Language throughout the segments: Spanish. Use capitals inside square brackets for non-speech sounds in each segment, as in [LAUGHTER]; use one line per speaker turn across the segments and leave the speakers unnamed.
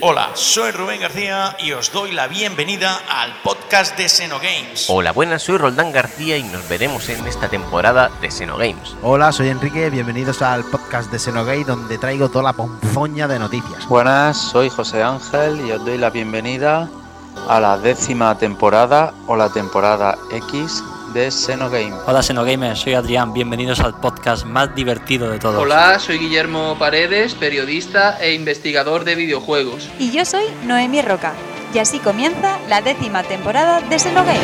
Hola, soy Rubén García y os doy la bienvenida al podcast de Xenogames.
Hola, buenas, soy Roldán García y nos veremos en esta temporada de Xenogames.
Hola, soy Enrique, bienvenidos al podcast de Xenogay donde traigo toda la ponzoña de noticias.
Buenas, soy José Ángel y os doy la bienvenida a la décima temporada o la temporada X de [LAUGHS] Xenogame.
Hola Xenogamers, soy Adrián, bienvenidos al podcast más divertido de todos.
Hola, soy Guillermo Paredes, periodista e investigador de videojuegos.
Y yo soy Noemí Roca. Y así comienza la décima temporada de Xenogames.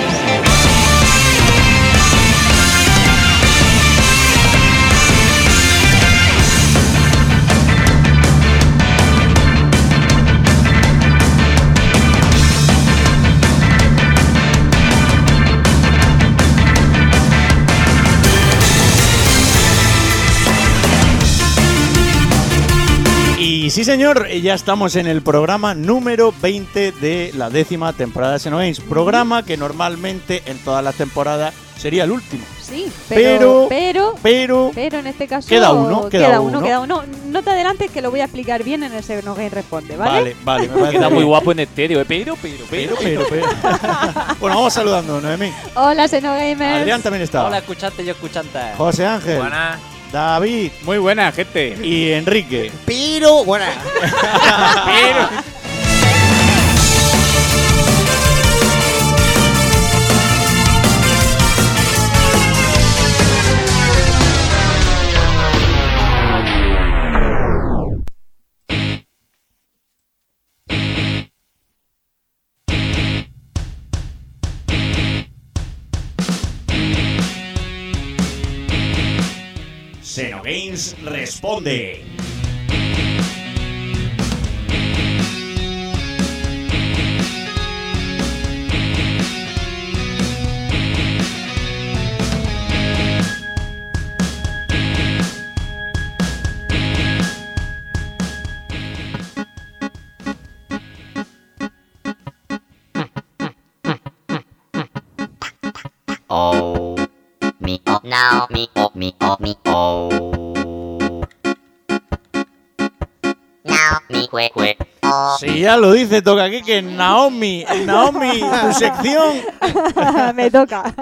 Y sí, señor, eh, ya estamos en el programa número 20 de la décima temporada de Senogames. Programa que normalmente en todas las temporadas sería el último.
Sí, pero,
Pero-
pero,
Pero
pero en este caso
Queda uno, queda uno.
queda uno. No te adelantes que lo voy a explicar bien en el Seven Game Responde, ¿vale?
Vale, vale, me parece
Queda muy
bien.
guapo en estéreo, eh, pero, pero, pero.
Pero, pero, pero. [LAUGHS] bueno, vamos saludando, Noemí.
Hola, Xenogamers.
Adrián también está.
Hola, escuchante, yo escuchante.
José Ángel. David
Muy buena, gente.
y Enrique.
Pero, bueno,
Xenogames responde.
Oh, me oh now, me oh me oh me oh. Now me quick quick oh.
Si ya lo dice, toca aquí que Naomi, Naomi, tu sección.
[LAUGHS]
[LAUGHS]
Me toca.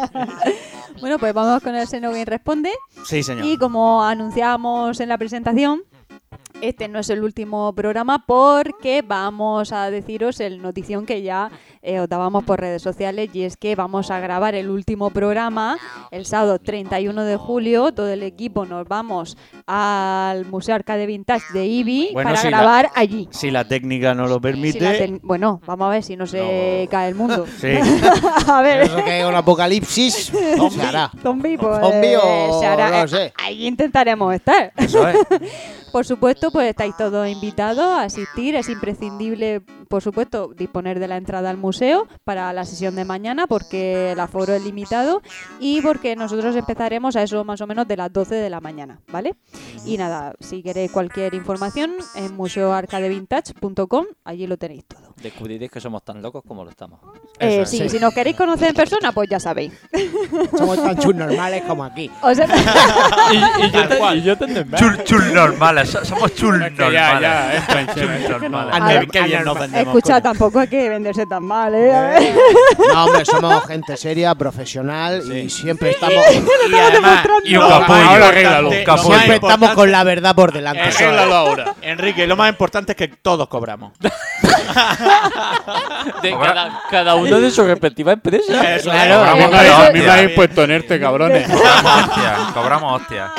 bueno, pues vamos con el Xenogame Responde.
Sí, señor.
Y como anunciábamos en la presentación, este no es el último programa porque vamos a deciros el notición que ya eh, os dábamos por redes sociales y es que vamos a grabar el último programa el sábado 31 de julio. Todo el equipo nos vamos al Museo Arcade Vintage de IBI
Bueno,
para
si la-
grabar allí.
Si la técnica no lo
Si la
permite.
ten- Bueno, vamos a ver si no se cae el mundo.
Sí.
[LAUGHS] a ver.
eso que es un [LAUGHS] apocalipsis se hará.
Zombie, pues,
Zombie o
se hará-
no lo sé.
Ahí intentaremos estar.
Eso es.
[LAUGHS] Por supuesto, pues estáis todos invitados a asistir. Es imprescindible, por supuesto, disponer de la entrada al museo para la sesión de mañana porque el aforo es limitado y porque nosotros empezaremos a eso más o menos de las 12 de la mañana, ¿vale? Y nada, si queréis cualquier información en museoarcadevintage.com, allí lo tenéis todo.
Descubriréis que somos tan locos como lo estamos.
Eh,
es,
sí,
sí.
Si nos queréis conocer en persona, pues
[LAUGHS]
ya sabéis.
Somos tan chus normales como aquí.
O sea,
Y yo te, y yo te
Chul, chul normales, somos chul
ya,
normales.
ya,
Chul normales.
A ver,
Ah, Qué bien nos vendemos.
escucha,
coño.
tampoco hay que venderse tan mal, ¿eh? A ver.
No, hombre, somos gente seria, profesional y siempre estamos,
Y además,
Y un
lo
capullo.
más
Ahora arréglalo.
importante-
Capullo.
lo más
siempre estamos
importante-
con la verdad por delante.
Eso es. Enrique, lo más importante es que todos cobramos.
De cada, cada uno de sus respectivas empresas.
Eso
Claro,
es.
Cobramos,
claro, a mí me
Bien.
habéis
en este, cabrones.
Cobramos hostias, cobramos hostias.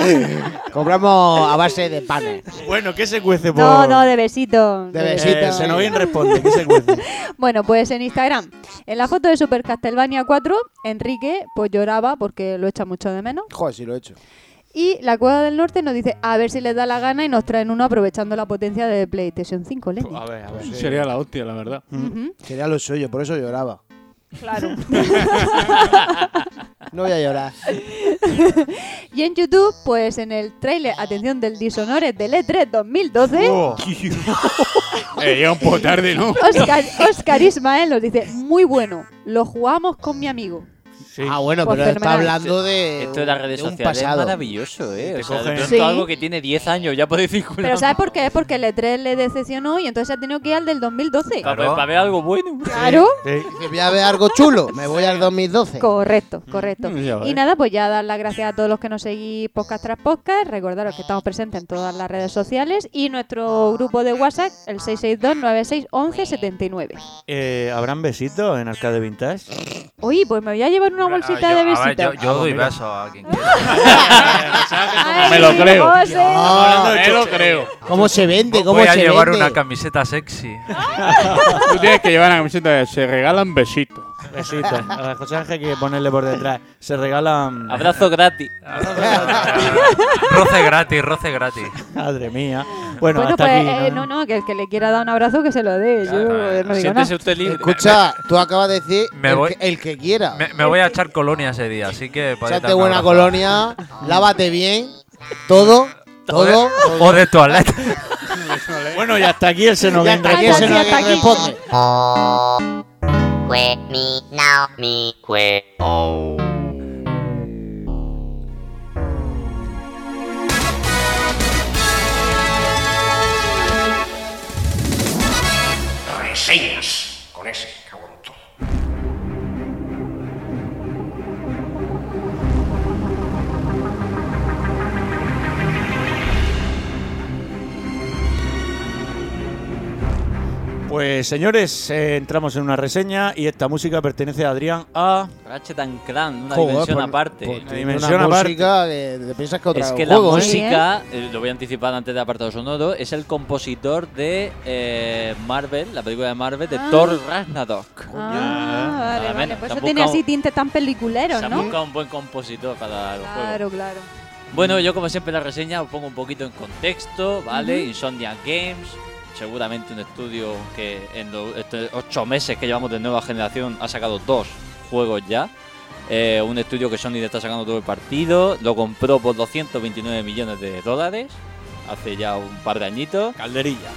Cobramos a base de panes.
Bueno, ¿qué se cuece por...?
[LAUGHS] No, no, de besito.
De
Eh,
besitos.
Xenovín responde, ¿qué se cuece?
Bueno, pues en Instagram, en la foto de Super Castlevania 4, Enrique pues lloraba porque lo echa mucho de menos.
Joder, si lo he hecho.
Y la Cueva del Norte nos dice, a ver si les da la gana y nos traen uno aprovechando la potencia de PlayStation 5 LED.
A ver, a ver.
Sería la hostia, la verdad.
Ujú,
Sería lo suyo, por eso lloraba.
Claro.
No voy a llorar.
[LAUGHS] y en YouTube, pues en el tráiler, atención, del Dishonored del E E3 2012,
Eh, ya un poco tarde, ¿no?
Oscar, Oscar Ismael nos dice, muy bueno, lo jugamos con mi amigo.
Ah, bueno, pero está hablando de,
Esto de las redes
de un
sociales
pasado.
es maravilloso, ¿eh?
Te
O sea, de
cogen-
pronto
Sí.
algo que tiene 10 años ya puede circular.
Pero ¿sabes por qué? Es porque el E3 le decepcionó y entonces ha tenido que ir al del 2012.
Para, para ver algo bueno.
Claro.
Dice, voy a ver algo chulo, me voy al 2012.
Correcto, correcto.
Mm, ya
Y
ves.
nada, pues ya dar las gracias a todos los que nos seguís podcast tras podcast. Recordaros que estamos presentes en todas las redes sociales y nuestro grupo de WhatsApp, el 662-9611-79.
Eh, ¿Habrán besitos en Arcade Vintage?
Uy, pues me voy a llevar una bolsita de
a ver,
besitos.
yo- yo doy beso
a quien
[LAUGHS] Ay,
Me lo creo.
José.
me lo creo.
¿Cómo se vende? ¿Cómo
Voy a
se
llevar
vende?
una camiseta sexy.
[LAUGHS] Tú tienes que llevar una camiseta de se regalan besitos.
Besitos. A ver, José Ángel que ponerle por detrás. Se regalan.
Abrazo gratis.
roce gratis, roce gratis.
Madre mía. Bueno,
Bueno,
hasta
pues
aquí.
eh, no, no, que el que le quiera dar un abrazo que se lo dé. Yo eh, no digo nada.
usted libre.
Escucha, tú acabas de decir
Me
el,
voy-
que, el que quiera.
Me, me voy a echar colonia ese día, así que. podéis
Échate
darme
buena
abrazo.
colonia, lávate bien, todo,
O de-
todo.
O de toaleta.
Bueno, y hasta aquí el
Ya
Senogen.
está aquí, ese no
aquí.
responde.
Que mi now mi que oh.
Reseñas con ese cabrón.
Pues señores, eh, entramos en una reseña y esta música pertenece a Adrián a.
Ratchet and Clank, una
Joder,
dimensión
pues-
aparte.
pues tiene
Una
Mención aparte.
música que te piensas que otra
Es que la
juego, ¿eh?
música, eh, lo voy a anticipar antes de apartado sonoro, es el compositor de eh, Marvel, la película de Marvel, de
Ah.
Thor Ragnarok.
Ah, vale,
Nada
vale.
menos.
Por
Se
eso
han
tiene
buscado-
así tinte tan peliculero,
Se ha
¿no?
buscado un buen compositor para los juegos.
Claro, claro.
Bueno, yo como siempre la reseña os pongo un poquito en contexto, ¿vale?
Ujú.
Insomnia Games, seguramente un estudio que en los estos ocho meses que llevamos de nueva generación ha sacado dos juegos ya. Eh, un estudio que Sony le está sacando todo el partido, lo compró por 229 millones de dólares hace ya un par de añitos.
Calderilla.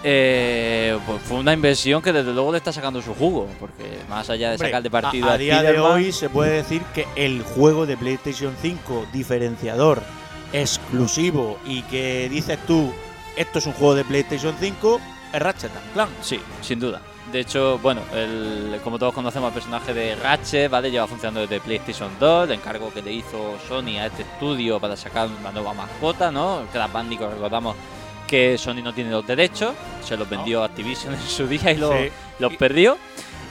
pues fue una inversión que desde luego le está sacando su jugo, porque más allá de
Hombre,
sacar de partido
a,
a,
a día de
Spider-Man,
hoy se puede decir que el juego de PlayStation 5 diferenciador, exclusivo y que dices tú, esto es un juego de PlayStation 5, es Ratchet and Clank.
Sí, sin duda. De hecho, bueno, el- como todos conocemos, el personaje de Ratchet, ¿vale? Lleva funcionando desde PlayStation 2, el encargo que le hizo Sony a este estudio para sacar una nueva mascota, ¿no? Crash Bandicoot, recordamos que Sony no tiene los derechos, se los vendió a Activision en su día y los,
Sí.
los perdió.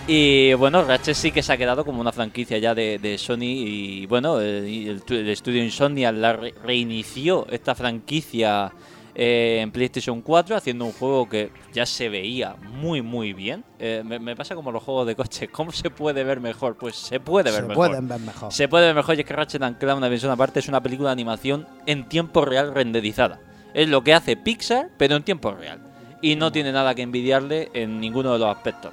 Y bueno, Ratchet sí que se ha quedado como una franquicia ya de, de Sony y bueno, eh, y el, tu- el estudio Insomnia la re- reinició esta franquicia eh, en PlayStation 4 haciendo un juego que ya se veía muy muy bien. Eh, me, me pasa como los juegos de coches, [LAUGHS] ¿cómo se puede ver mejor? Pues se puede ver
Se
mejor.
pueden ver mejor.
Se puede ver mejor y es que Ratchet and Clank, una versión aparte, es una película de animación en tiempo real renderizada. Es lo que hace Pixar, pero en tiempo real. Y no tiene nada que envidiarle en ninguno de los aspectos.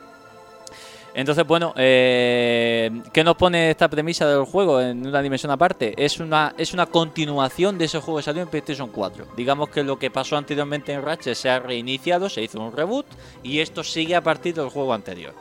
Entonces, bueno, eh, ¿qué nos pone esta premisa del juego en una dimensión aparte? Es una, es una continuación de ese juego que salió en PlayStation 4. Digamos que lo que pasó anteriormente en Ratchet se ha reiniciado, se hizo un reboot y esto sigue a partir del juego anterior.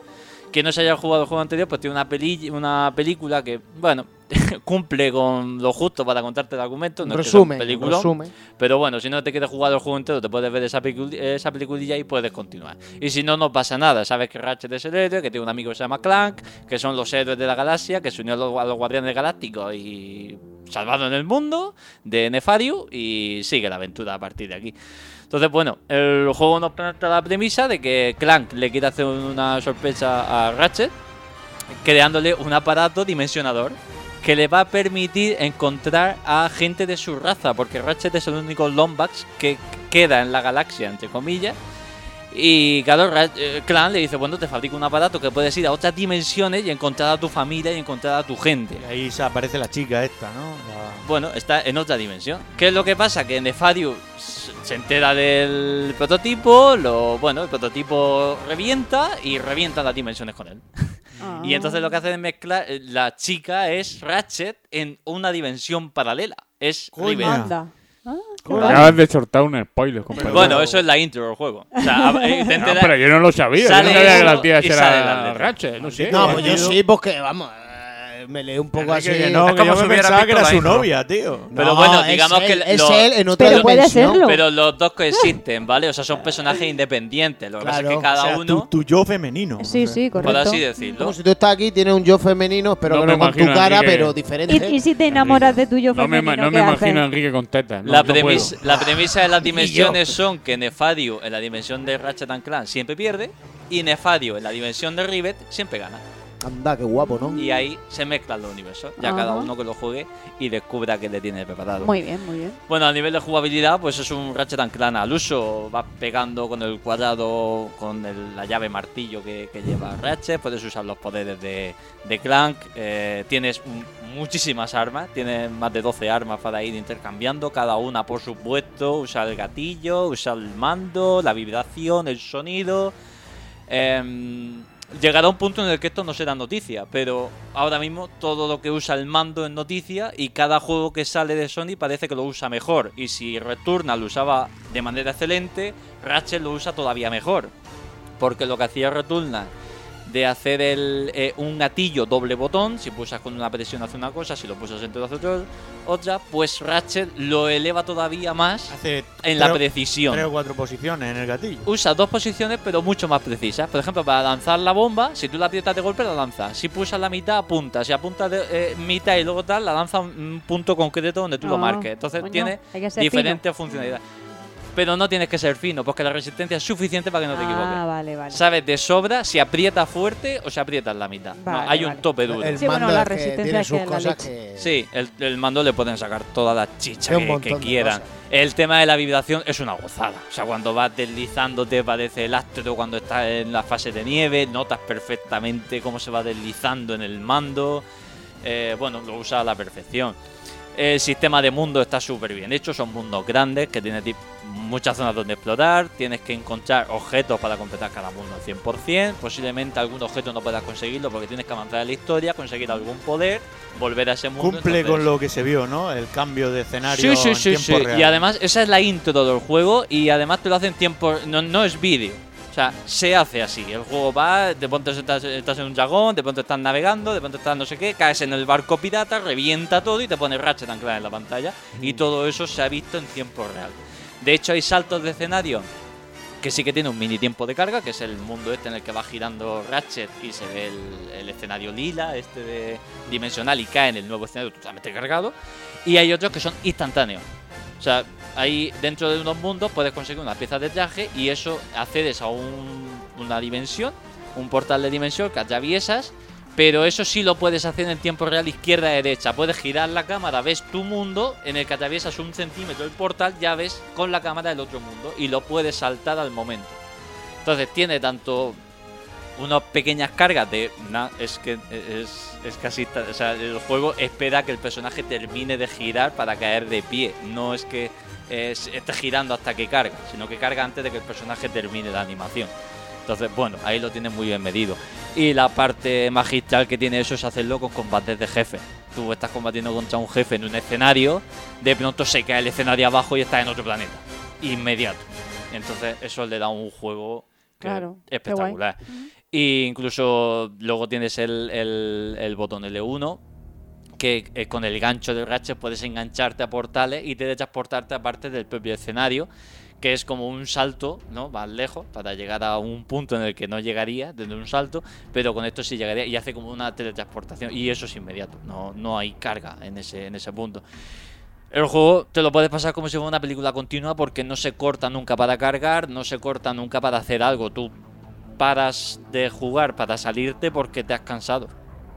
Que no se haya jugado el juego anterior, pues tiene una, peli una película que, bueno, [LAUGHS] cumple con lo justo para contarte el argumento. No es que sea un
Resume,
peliculón,
resume.
pero bueno, si no te quieres jugar el juego entero, te puedes ver esa, pelicu- esa peliculilla y puedes continuar. Y si no, no pasa nada. Sabes que Ratchet es el héroe, que tiene un amigo que se llama Clank, que son los héroes de la galaxia, que se unió a los, a los guardianes galácticos y salvaron el mundo de Nefario y sigue la aventura a partir de aquí. Entonces, bueno, el juego nos plantea la premisa de que Clank le quiere hacer una sorpresa a Ratchet, creándole un aparato dimensionador que le va a permitir encontrar a gente de su raza, porque Ratchet es el único Lombax que queda en la galaxia, entre comillas. Y claro, Ra- eh, Clan le dice, bueno, te fabrico un aparato que puedes ir a otras dimensiones y encontrar a tu familia y encontrar a tu gente.
Y ahí se aparece la chica esta, ¿no? La-
Bueno, está en otra dimensión. ¿Qué es lo que pasa? Que Nefario s- se entera del prototipo, lo bueno, el prototipo revienta y revientan las dimensiones con él.
Ah.
Ah.
Y entonces lo que hacen es mezclar, eh, la chica es Ratchet en una dimensión paralela. Es River.
Anda. Ah, qué
Me
guay.
Acabas de soltar un spoiler, compañero.
Bueno, eso es la intro del juego.
[LAUGHS]
O sea, a- eh, te
No,
enteras-
pero yo no lo sabía, yo no
Sale
sabía que
eso
la tía
y
era
sale la letra.
Ratchet, no sé.
No, pues yo sí, porque vamos. eh, eh, me leí un poco así.
Enrique, que no, que yo me pensaba que era su novia, tío.
Pero
No,
bueno,
es
digamos que.
él, es
los-
él en otra Pero puede dimensión. serlo.
Pero los dos coexisten, ¿vale? O sea, son personajes independientes. Lo que pasa es que cada
o sea,
uno.
Tu, tu yo femenino.
Sí, sí,
Por
correcto.
así decirlo.
Como si tú estás aquí, tienes un yo femenino, pero
No
que
me
no con tu
imagino,
cara,
Enrique.
pero diferente.
¿Y, y si te enamoras de tu yo
No me,
femenino,
ima- no
¿qué
me imagino a
haces?
Enrique con tetas. no-
la,
no puedo.
premisa, la premisa de las dimensiones son que Nefadio en la dimensión de Ratchet and Clank siempre pierde y Nefadio en la dimensión de Rivet siempre gana.
Anda, qué guapo, ¿no?
Y ahí se mezclan los universos. Ya
Ajá.
cada uno que lo juegue y descubra que le tiene preparado.
Muy bien, muy bien.
Bueno, a nivel de jugabilidad, pues es un Ratchet and Clank al uso. Vas pegando con el cuadrado, con el- la llave martillo que, que lleva Ratchet. Puedes usar los poderes de, de Clank. eh, tienes m- muchísimas armas. Tienes más de 12 armas para ir intercambiando. Cada una, por supuesto, usa el gatillo, usa el mando, la vibración, el sonido. Em, llegará un punto en el que esto no será noticia, pero ahora mismo todo lo que usa el mando es noticia y cada juego que sale de Sony parece que lo usa mejor. Y si Returnal lo usaba de manera excelente, Ratchet lo usa todavía mejor. Porque lo que hacía Returnal de hacer el, eh, un gatillo doble botón, si pulsas con una presión hace una cosa, si lo pulsas entre dos hace otra- otra, pues Ratchet lo eleva todavía más en la
Tres-
precisión
Tres o cuatro posiciones en el gatillo.
usa dos posiciones pero mucho más precisas. Por ejemplo, para lanzar la bomba, si tú la aprietas de golpe, la lanzas. Si pulsas la mitad, apunta. Si apuntas de, eh, mitad y luego tal, la lanza a un un punto concreto donde tú lo
Ah,
marques. Entonces
coño,
tiene
hay que ser
diferentes funcionalidades. Pero no tienes que ser fino, porque la resistencia es suficiente para que no te equivoques.
Ah, vale, vale.
Sabes de sobra si aprietas fuerte o si aprietas la mitad. No,
Vale,
hay un
vale.
tope duro.
El Sí, bueno, mando la es que resistencia tiene es sus que la cosas leche.
Sí, el, el mando le pueden sacar toda la chicha
Es un
que,
montón
que
de
quieran. El tema de la vibración es una gozada. O sea, cuando vas deslizando te parece el astro cuando estás en la fase de nieve, notas perfectamente cómo se va deslizando en el mando. Eh, bueno, lo usa a la perfección. El sistema de mundo está súper bien hecho, son mundos grandes que tienes di- muchas zonas donde explorar, tienes que encontrar objetos para completar cada mundo al 100%, posiblemente algún objeto no puedas conseguirlo porque tienes que avanzar en la historia, conseguir algún poder, volver a ese mundo.
Cumple
entonces-
con lo que se vio, ¿no? El cambio de escenario
Sí, sí,
en
sí,
tiempo
sí.
real.
Y además, esa es la intro del juego y además te lo hacen tiempo. No, no es vídeo. O sea, se hace así. El juego va, de pronto estás, estás en un dragón, de pronto estás navegando, de pronto estás no sé qué, caes en el barco pirata, revienta todo y te pone Ratchet tan clara en la pantalla.
Mm.
Y todo eso se ha visto en tiempo real. De hecho, hay saltos de escenario que sí que tiene un mini tiempo de carga, que es el mundo este en el que va girando Ratchet y se ve el, el escenario lila, este de dimensional, y cae en el nuevo escenario totalmente cargado. Y hay otros que son instantáneos. O sea, ahí dentro de unos mundos puedes conseguir unas piezas de traje y eso accedes a un- una dimensión, un portal de dimensión que atraviesas, pero eso sí lo puedes hacer en tiempo real izquierda-derecha. Puedes girar la cámara, ves tu mundo en el que atraviesas un centímetro el portal, ya ves con la cámara el otro mundo y lo puedes saltar al momento. Entonces tiene tanto unas pequeñas cargas de na- es que es, es casi ta- o sea, el juego espera que el personaje termine de girar para caer de pie no es que eh, se esté girando hasta que carga sino que carga antes de que el personaje termine la animación entonces bueno ahí lo tiene muy bien medido y la parte magistral que tiene eso es hacerlo con combates de jefe tú estás combatiendo contra un jefe en un escenario de pronto se cae el escenario abajo y estás en otro planeta inmediato entonces eso le da un juego que
Claro, qué guay.
espectacular y incluso luego tienes el, el- el botón L1, que eh, con el gancho del Ratchet puedes engancharte a portales y teletransportarte a partes del propio escenario, que es como un salto, ¿no? Más lejos, para llegar a un punto en el que no llegaría desde un salto, pero con esto sí llegaría y hace como una teletransportación. Y eso es inmediato, no, no hay carga en ese, en ese punto. El juego te lo puedes pasar como si fuera una película continua porque no se corta nunca para cargar, no se corta nunca para hacer algo. Tú paras de jugar para salirte porque te has cansado.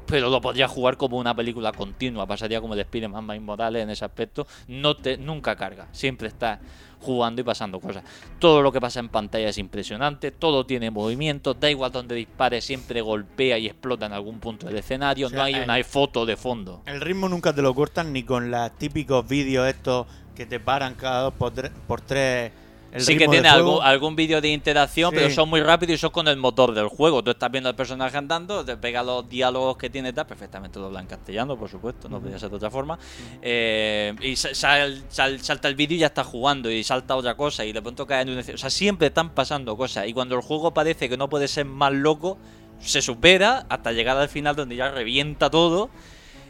Pero lo podrías jugar como una película continua. Pasaría como el Spider-Man Miles Morales en ese aspecto. No te, nunca carga. Siempre estás jugando y pasando cosas. Todo lo que pasa en pantalla es impresionante. Todo tiene movimiento. Da igual donde dispares, siempre golpea y explota en algún punto del escenario.
O sea, eh,
no hay
el-
una foto de fondo.
El ritmo nunca te lo cortan ni con los típicos vídeos estos que te paran cada dos por, tre- por tres. El
sí que
ritmo de
tiene
juego.
algún, algún vídeo de interacción,
Sí.
pero son muy rápidos y son con el motor del juego. Tú estás viendo al personaje andando, te pega los diálogos que tiene, y tal, perfectamente doblado en castellano, por supuesto, no podía ser de otra forma. Eh, y sa- sal- sal- salta el vídeo y ya está jugando, y salta otra cosa, y de pronto cae en un... O sea, siempre están pasando cosas. Y cuando el juego parece que no puede ser más loco, se supera hasta llegar al final donde ya revienta todo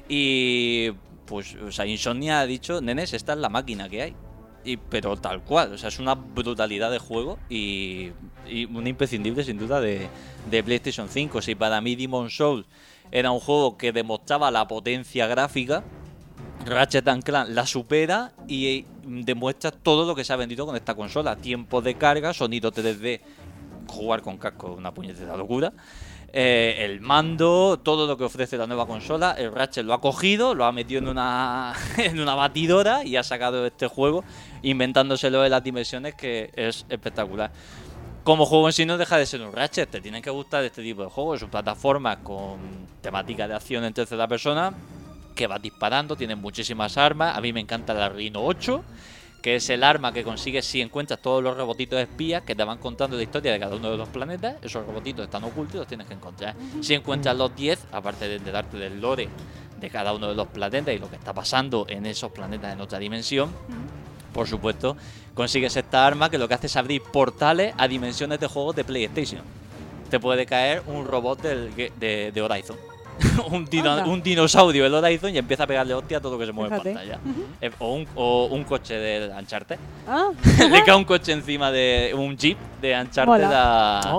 Y pues, o sea, Insomnia ha dicho, nenes, esta es la máquina que hay. Y, pero tal cual, o sea, es una brutalidad de juego y, y un imprescindible sin duda de, de PlayStation 5. Si para mí Demon Souls era un juego que demostraba la potencia gráfica, Ratchet and Clank la supera y eh, demuestra todo lo que se ha vendido con esta consola. Tiempo de carga, sonido 3D, jugar con casco es una puñetera locura. Eh, el mando, todo lo que ofrece la nueva consola, el Ratchet lo ha cogido, lo ha metido en una, [LAUGHS] en una batidora y ha sacado este juego, inventándoselo de las dimensiones que es espectacular como juego en sí no deja de ser un Ratchet. Te tienen que gustar este tipo de juegos. Sus plataformas con temática de acción en tercera persona, que vas disparando, tienen muchísimas armas. A mí me encanta la Rhino 8, que es el arma que consigues si encuentras todos los robotitos espías que te van contando la historia de cada uno de los planetas. Esos robotitos están ocultos y los tienes que encontrar. Si encuentras los 10, aparte de, de darte del lore de cada uno de los planetas y lo que está pasando en esos planetas en otra dimensión, por supuesto, consigues esta arma que lo que hace es abrir portales a dimensiones de juegos de PlayStation. Te puede caer un robot del ge- de, de Horizon. [LAUGHS] un, dino-
Anda.
un dinosaurio del Horizon y empieza a pegarle hostia a todo lo que se mueve
Fíjate.
en pantalla. Eh, O un, o un coche del Uncharted.
Ah, [LAUGHS]
Le cae un coche encima de un jeep de Uncharted
Mola.
a, [LAUGHS]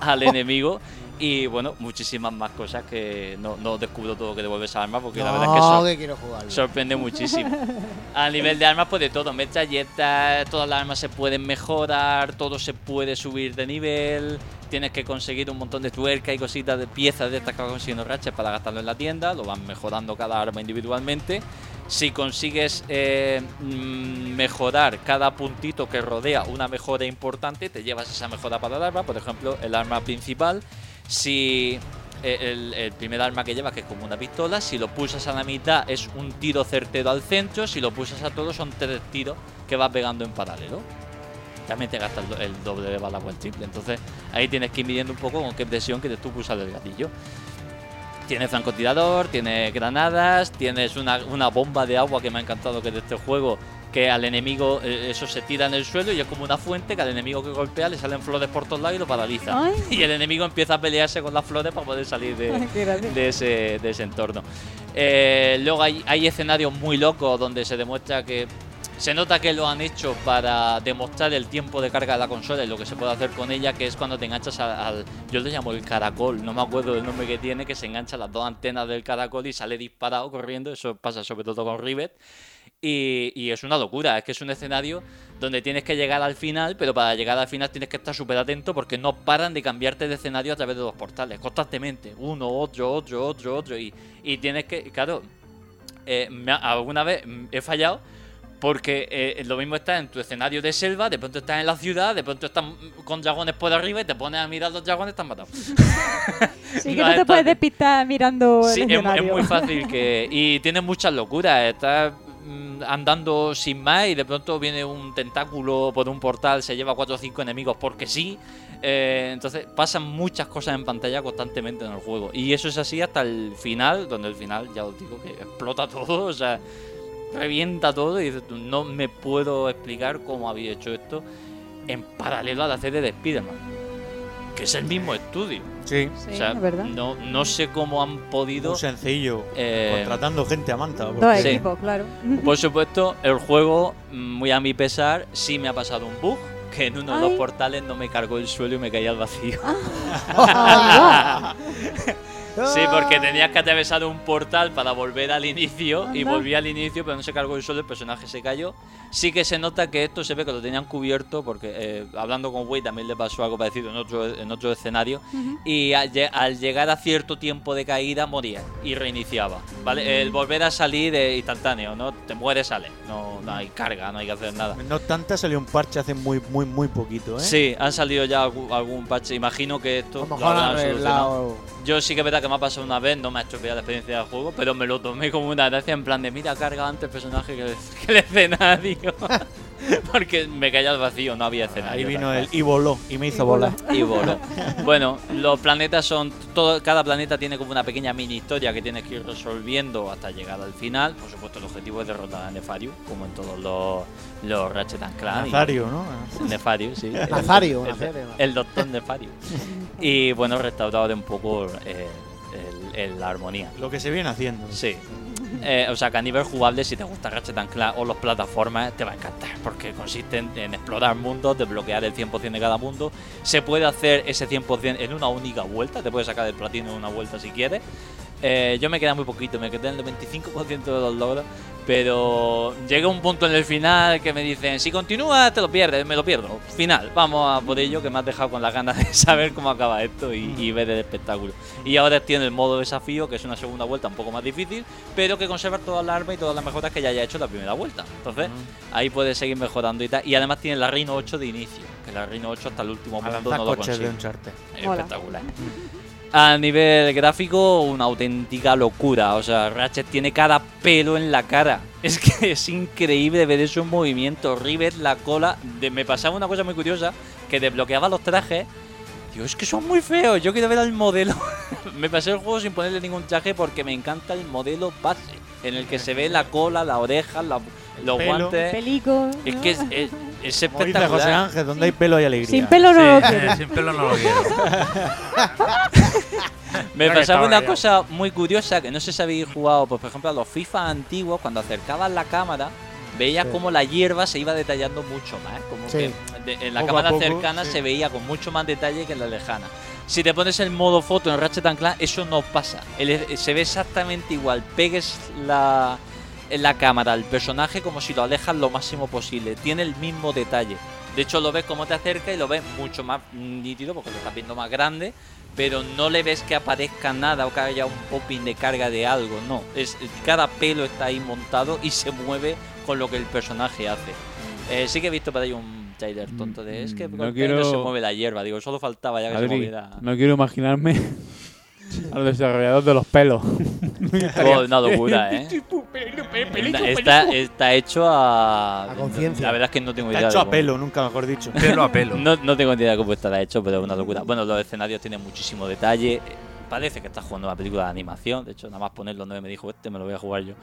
al enemigo. Y bueno, muchísimas más cosas que no, no descubro todo lo que devuelve esa arma porque la verdad es que,
No,
sor-
que quiero jugarlo.
sorprende muchísimo. A nivel de armas, pues de todo, metralletas, todas las armas se pueden mejorar, todo se puede subir de nivel, tienes que conseguir un montón de tuerca y cositas de piezas de estas que vas consiguiendo Ratchet para gastarlo en la tienda, lo van mejorando cada arma individualmente. Si consigues eh, mm, mejorar cada puntito que rodea una mejora importante, te llevas esa mejora para el arma, por ejemplo, el arma principal. Si eh, el, el primer arma que llevas, que es como una pistola, si lo pulsas a la mitad es un tiro certero al centro, si lo pulsas a todo son tres tiros que vas pegando en paralelo. También te gastas el do- el doble de bala o el triple. Entonces ahí tienes que ir midiendo un poco con qué presión que tú pulsas del gatillo. Tienes francotirador, tienes granadas, tienes una, una bomba de agua que me ha encantado que es de este juego, que al enemigo eh, eso se tira en el suelo y es como una fuente que al enemigo que golpea le salen flores por todos lados y lo paraliza.
Ay.
[LAUGHS] Y el enemigo empieza a pelearse con las flores para poder salir de,
Ay, qué grande.
de ese, de ese entorno. Eh, luego hay, hay escenarios muy locos donde se demuestra que se nota que lo han hecho para demostrar el tiempo de carga de la consola y lo que se puede hacer con ella, que es cuando te enganchas al, al- yo le llamo el caracol, no me acuerdo del nombre que tiene, que se engancha a las dos antenas del caracol y sale disparado corriendo, eso pasa sobre todo con Rivet. Y, y es una locura, es que es un escenario donde tienes que llegar al final, pero para llegar al final tienes que estar súper atento porque no paran de cambiarte de escenario a través de los portales, constantemente, uno, otro, otro, otro, otro, y, y tienes que, claro, eh, me ha- alguna vez mm, he fallado porque eh, lo mismo estás en tu escenario de selva, de pronto estás en la ciudad, de pronto estás mm, con dragones por arriba y te pones a mirar los dragones, están matados.
sí
No,
que no te
está-
puedes despistar mirando
Sí,
el
es, mu- es
escenario. [LAUGHS]
muy fácil que. Y tiene muchas locuras. Estás mm, andando sin más y de pronto viene un tentáculo por un portal, se lleva cuatro o cinco enemigos porque sí. Eh, entonces pasan muchas cosas en pantalla constantemente en el juego. Y eso es así hasta el final, donde el final, ya os digo, que explota todo, o sea, revienta todo y dices tú, no me puedo explicar cómo había hecho esto en paralelo a la serie de Spider-Man. Que es el mismo estudio.
Sí.
Sí, es verdad.
No, no sé cómo han podido.
Muy sencillo.
Eh,
Contratando gente a manta.
Dos
porque-
Sí. Pues
equipos, claro.
Por
[LAUGHS]
supuesto, el juego, mm, muy a mi pesar, sí me ha pasado un bug. Que en uno de los
Ay.
portales no me cargó el suelo y me caí al vacío.
Ah,
[LAUGHS] sí, porque tenías que atravesar un portal para volver al inicio. Y
Anda.
volví al inicio, pero no se cargó el suelo, el personaje se cayó. Sí que se nota que esto se ve que lo tenían cubierto, porque eh, hablando con Wade también le pasó algo parecido en otro, en otro escenario. y al, lle- al llegar a cierto tiempo de caída moría y reiniciaba.
Mm.
¿vale? El volver a salir es instantáneo, ¿no? Te mueres, sale. No, no hay carga, no hay que hacer nada.
No obstante, salió un parche hace muy, muy, muy poquito, ¿eh?
Sí, han salido ya algún, algún parche. Imagino que esto lo
mejor
habrán
han
solucionado.
arreglado.
Yo sí que es verdad que me ha pasado una vez, no me ha estropeado la experiencia del juego, pero me lo tomé como una gracia en plan de mira, carga antes el personaje que el, [LAUGHS] que el escenario. [LAUGHS] Porque me caía al vacío, no había escenario.
Ahí
tal
vino
cual.
él y voló, y me hizo volar.
Y voló. Bueno, los planetas son. Todo, cada planeta tiene como una pequeña mini historia que tienes que ir resolviendo hasta llegar al final. Por supuesto, el objetivo es derrotar a Nefario, como en todos los, los Ratchet and Clank. y-
Nazario, ¿no?
Nefario, sí. El-
Nazario,
el,
Nazario.
el doctor Nefario. Y bueno, restaurado de un poco eh, el- el- la armonía.
Lo que se viene haciendo.
Sí. Eh, o sea que a nivel jugable, si te gusta Ratchet and Clank o las plataformas, te va a encantar. Porque consisten en explorar mundos, desbloquear el 100% de cada mundo. Se puede hacer ese 100% en una única vuelta. Te puedes sacar el platino en una vuelta si quieres. Eh, yo me queda muy poquito, me quedé en el 25% de los logros. Pero llega un punto en el final que me dicen: si continúas, te lo pierdes, me lo pierdo. Final, vamos a por ello, que me has dejado con las ganas de [LAUGHS] saber cómo acaba esto y, y ver el espectáculo. Y ahora tiene el modo desafío, que es una segunda vuelta un poco más difícil, pero que conserva todas las armas y todas las mejoras que ya haya hecho en la primera vuelta. Entonces,
Mm.
ahí puedes seguir mejorando y tal. Y además tiene la Reino 8 de inicio, que la Reino 8 hasta el último mundo no lo consigue. Espectacular. A nivel gráfico, una auténtica locura. O sea, Ratchet tiene cada pelo en la cara. [LAUGHS] Es que es increíble ver esos movimientos. River, la cola. De- me pasaba una cosa muy curiosa: que desbloqueaba los trajes. Digo, es que son muy feos. Yo quiero ver al modelo. [LAUGHS] me pasé el juego sin ponerle ningún traje porque me encanta el modelo base. En el que se ve la cola, la oreja, la- los
pelo.
guantes.
Pelico.
Eh, Es
¿no?
que es, es- es
Como dice
espectacular.
José Ángel, donde hay pelo hay alegría.
Sin pelo no lo quiero.
Sin pelo no eh, lo quiero.
Pues
Me
Ya que
pasaba
estaba
una
ya.
cosa muy curiosa que no sé si habéis jugado, pues, por ejemplo, a los FIFA antiguos, cuando acercabas la cámara, veías
Sí.
cómo la hierba se iba detallando mucho más. ¿eh? Como
Sí.
que de- en la
Poco a
cámara
poco,
cercana
sí.
se veía con mucho más detalle que en la lejana. Si te pones el modo foto en Ratchet and Clank, eso no pasa. El- e, se ve exactamente igual. Pegues la, en la cámara al personaje como si lo alejas lo máximo posible. Tiene el mismo detalle. De hecho, lo ves como te acerca y lo ves mucho más nítido porque lo estás viendo más grande. Pero no le ves que aparezca nada o que haya un popping de carga de algo. No. Es, cada pelo está ahí montado y se mueve con lo que el personaje hace.
Mm.
Eh, sí que he visto para ahí un trailer tonto de es que con el pelo se
Mm, quiero-
mueve la hierba. Digo, solo faltaba ya que se
Adri,
moviera.
no quiero imaginarme a los desarrolladores de los pelos.
Oh,
[LAUGHS]
una locura, ¿eh? Está, está- está hecho a.
conciencia.
La verdad es que no tengo
Está
idea.
hecho
de
a
cómo-
pelo, nunca mejor dicho.
No, no tengo ni idea de cómo estará hecho, pero es una locura. Bueno, los escenarios tienen muchísimo detalle. Eh, Parece que estás jugando una película de animación. De hecho, nada más ponerlo no me dijo, este me lo voy a jugar yo.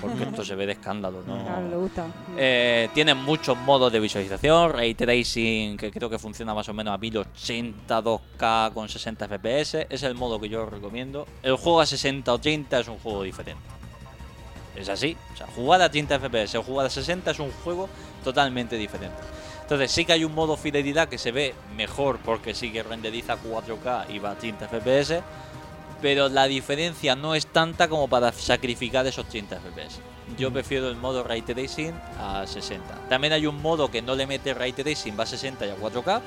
Porque esto se ve de escándalo, ¿no?
Claro, le Ah, gusta.
Eh, tienen muchos modos de visualización, ray tracing, que creo que funciona más o menos a 1080, 2K con 60 FPS. Es el modo que yo recomiendo. El juego a 60-80 es un juego diferente. Es así. O sea, jugar a 30 FPS o jugar a 60 es un juego totalmente diferente. Entonces sí que hay un modo fidelidad que se ve mejor porque sí que renderiza 4K y va a 30 FPS. Pero la diferencia no es tanta como para sacrificar esos 30 FPS. Yo prefiero el modo Ray Tracing a 60. También hay un modo que no le mete Ray Tracing, va a 60 y a 4K.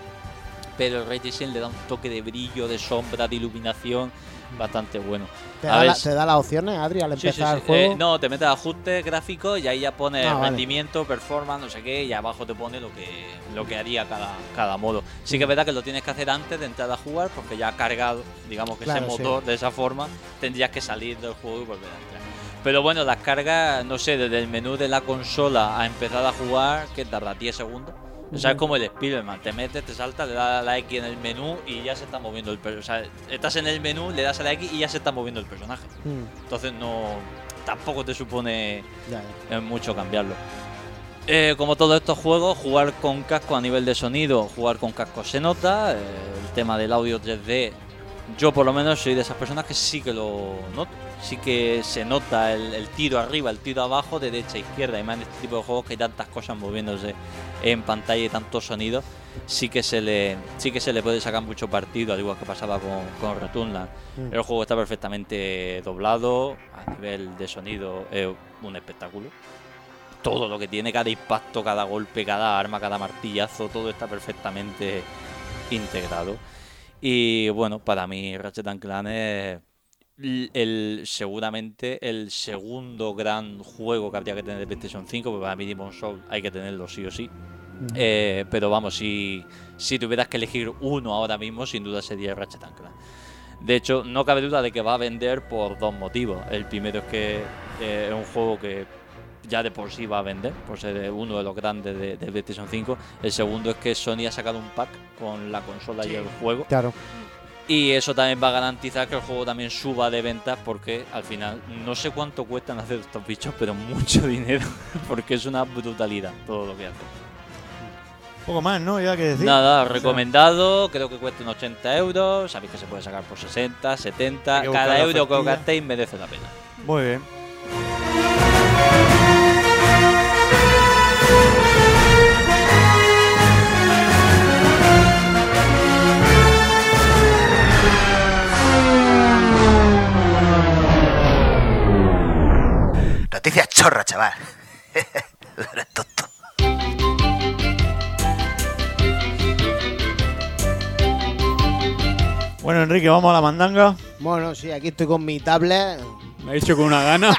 Pero el Ray Tracing le da un toque de brillo, de sombra, de iluminación bastante bueno.
¿Te,
A
da
ver
la-
si-
te da las opciones, Adri, al
Sí, sí,
empezar
sí.
el juego?
Eh, no, te metes a ajustes gráficos y ahí ya pone
Ah, vale.
rendimiento, performance, no sé qué, y abajo te pone lo que, lo que haría cada, cada modo. Sí que es verdad que lo tienes que hacer antes de entrar a jugar, porque ya ha cargado, digamos que
Claro,
ese
sí.
motor de esa forma, tendrías que salir del juego y volver a entrar. Pero bueno, las cargas, no sé, desde el menú de la consola a empezar a jugar, que tarda 10 segundos. O sea, es
Ujú.
como el Spiderman, te metes, te saltas, le das a la X en el menú y ya se está moviendo el personaje. O sea, estás en el menú, le das a la X y ya se está moviendo el personaje.
Mm.
Entonces no tampoco te supone
Ya,
eh, mucho cambiarlo. Eh, como todos estos juegos, jugar con casco a nivel de sonido, jugar con casco se nota. eh, el tema del audio 3D, yo por lo menos soy de esas personas que sí que lo noto. Sí que se nota el, el tiro arriba, el tiro abajo, derecha, izquierda. Y más en este tipo de juegos que hay tantas cosas moviéndose en pantalla y tantos sonidos, sí que se le, sí que se le puede sacar mucho partido, al igual que pasaba con, con Returnal.
Mm.
El juego está perfectamente doblado, a nivel de sonido es un espectáculo todo lo que tiene, cada impacto, cada golpe, cada arma, cada martillazo, todo está perfectamente integrado. Y bueno, para mí Ratchet and Clank es l- el, seguramente el segundo gran juego que habría que tener de PlayStation 5, porque para mí Demon's Soul hay que tenerlo sí o sí. Eh, pero vamos, si, si tuvieras que elegir uno ahora mismo, sin duda sería Ratchet and Clank. De hecho, no cabe duda de que va a vender por dos motivos. El primero es que eh, es un juego que ya de por sí va a vender, por ser eh, uno de los grandes de, de PlayStation 5. El segundo es que Sony ha sacado un pack con la consola y el juego.
Claro.
Y eso también va a garantizar que el juego también suba de ventas porque al final no sé cuánto cuestan hacer estos [LAUGHS] bichos, pero mucho dinero porque es una brutalidad todo lo que hacen.
Poco más, ¿no? Ya que decir.
Nada, recomendado, creo que cuesta unos 80 euros, sabéis que se puede sacar por 60, 70,
Hay que buscar
cada
la
euro que os
factura.
gastéis merece la pena.
Muy bien.
Noticias chorra, chaval. Eres tonto.
Bueno, Enrique, vamos a la mandanga.
Bueno, sí, aquí estoy con mi tablet.
Me ha dicho con una gana.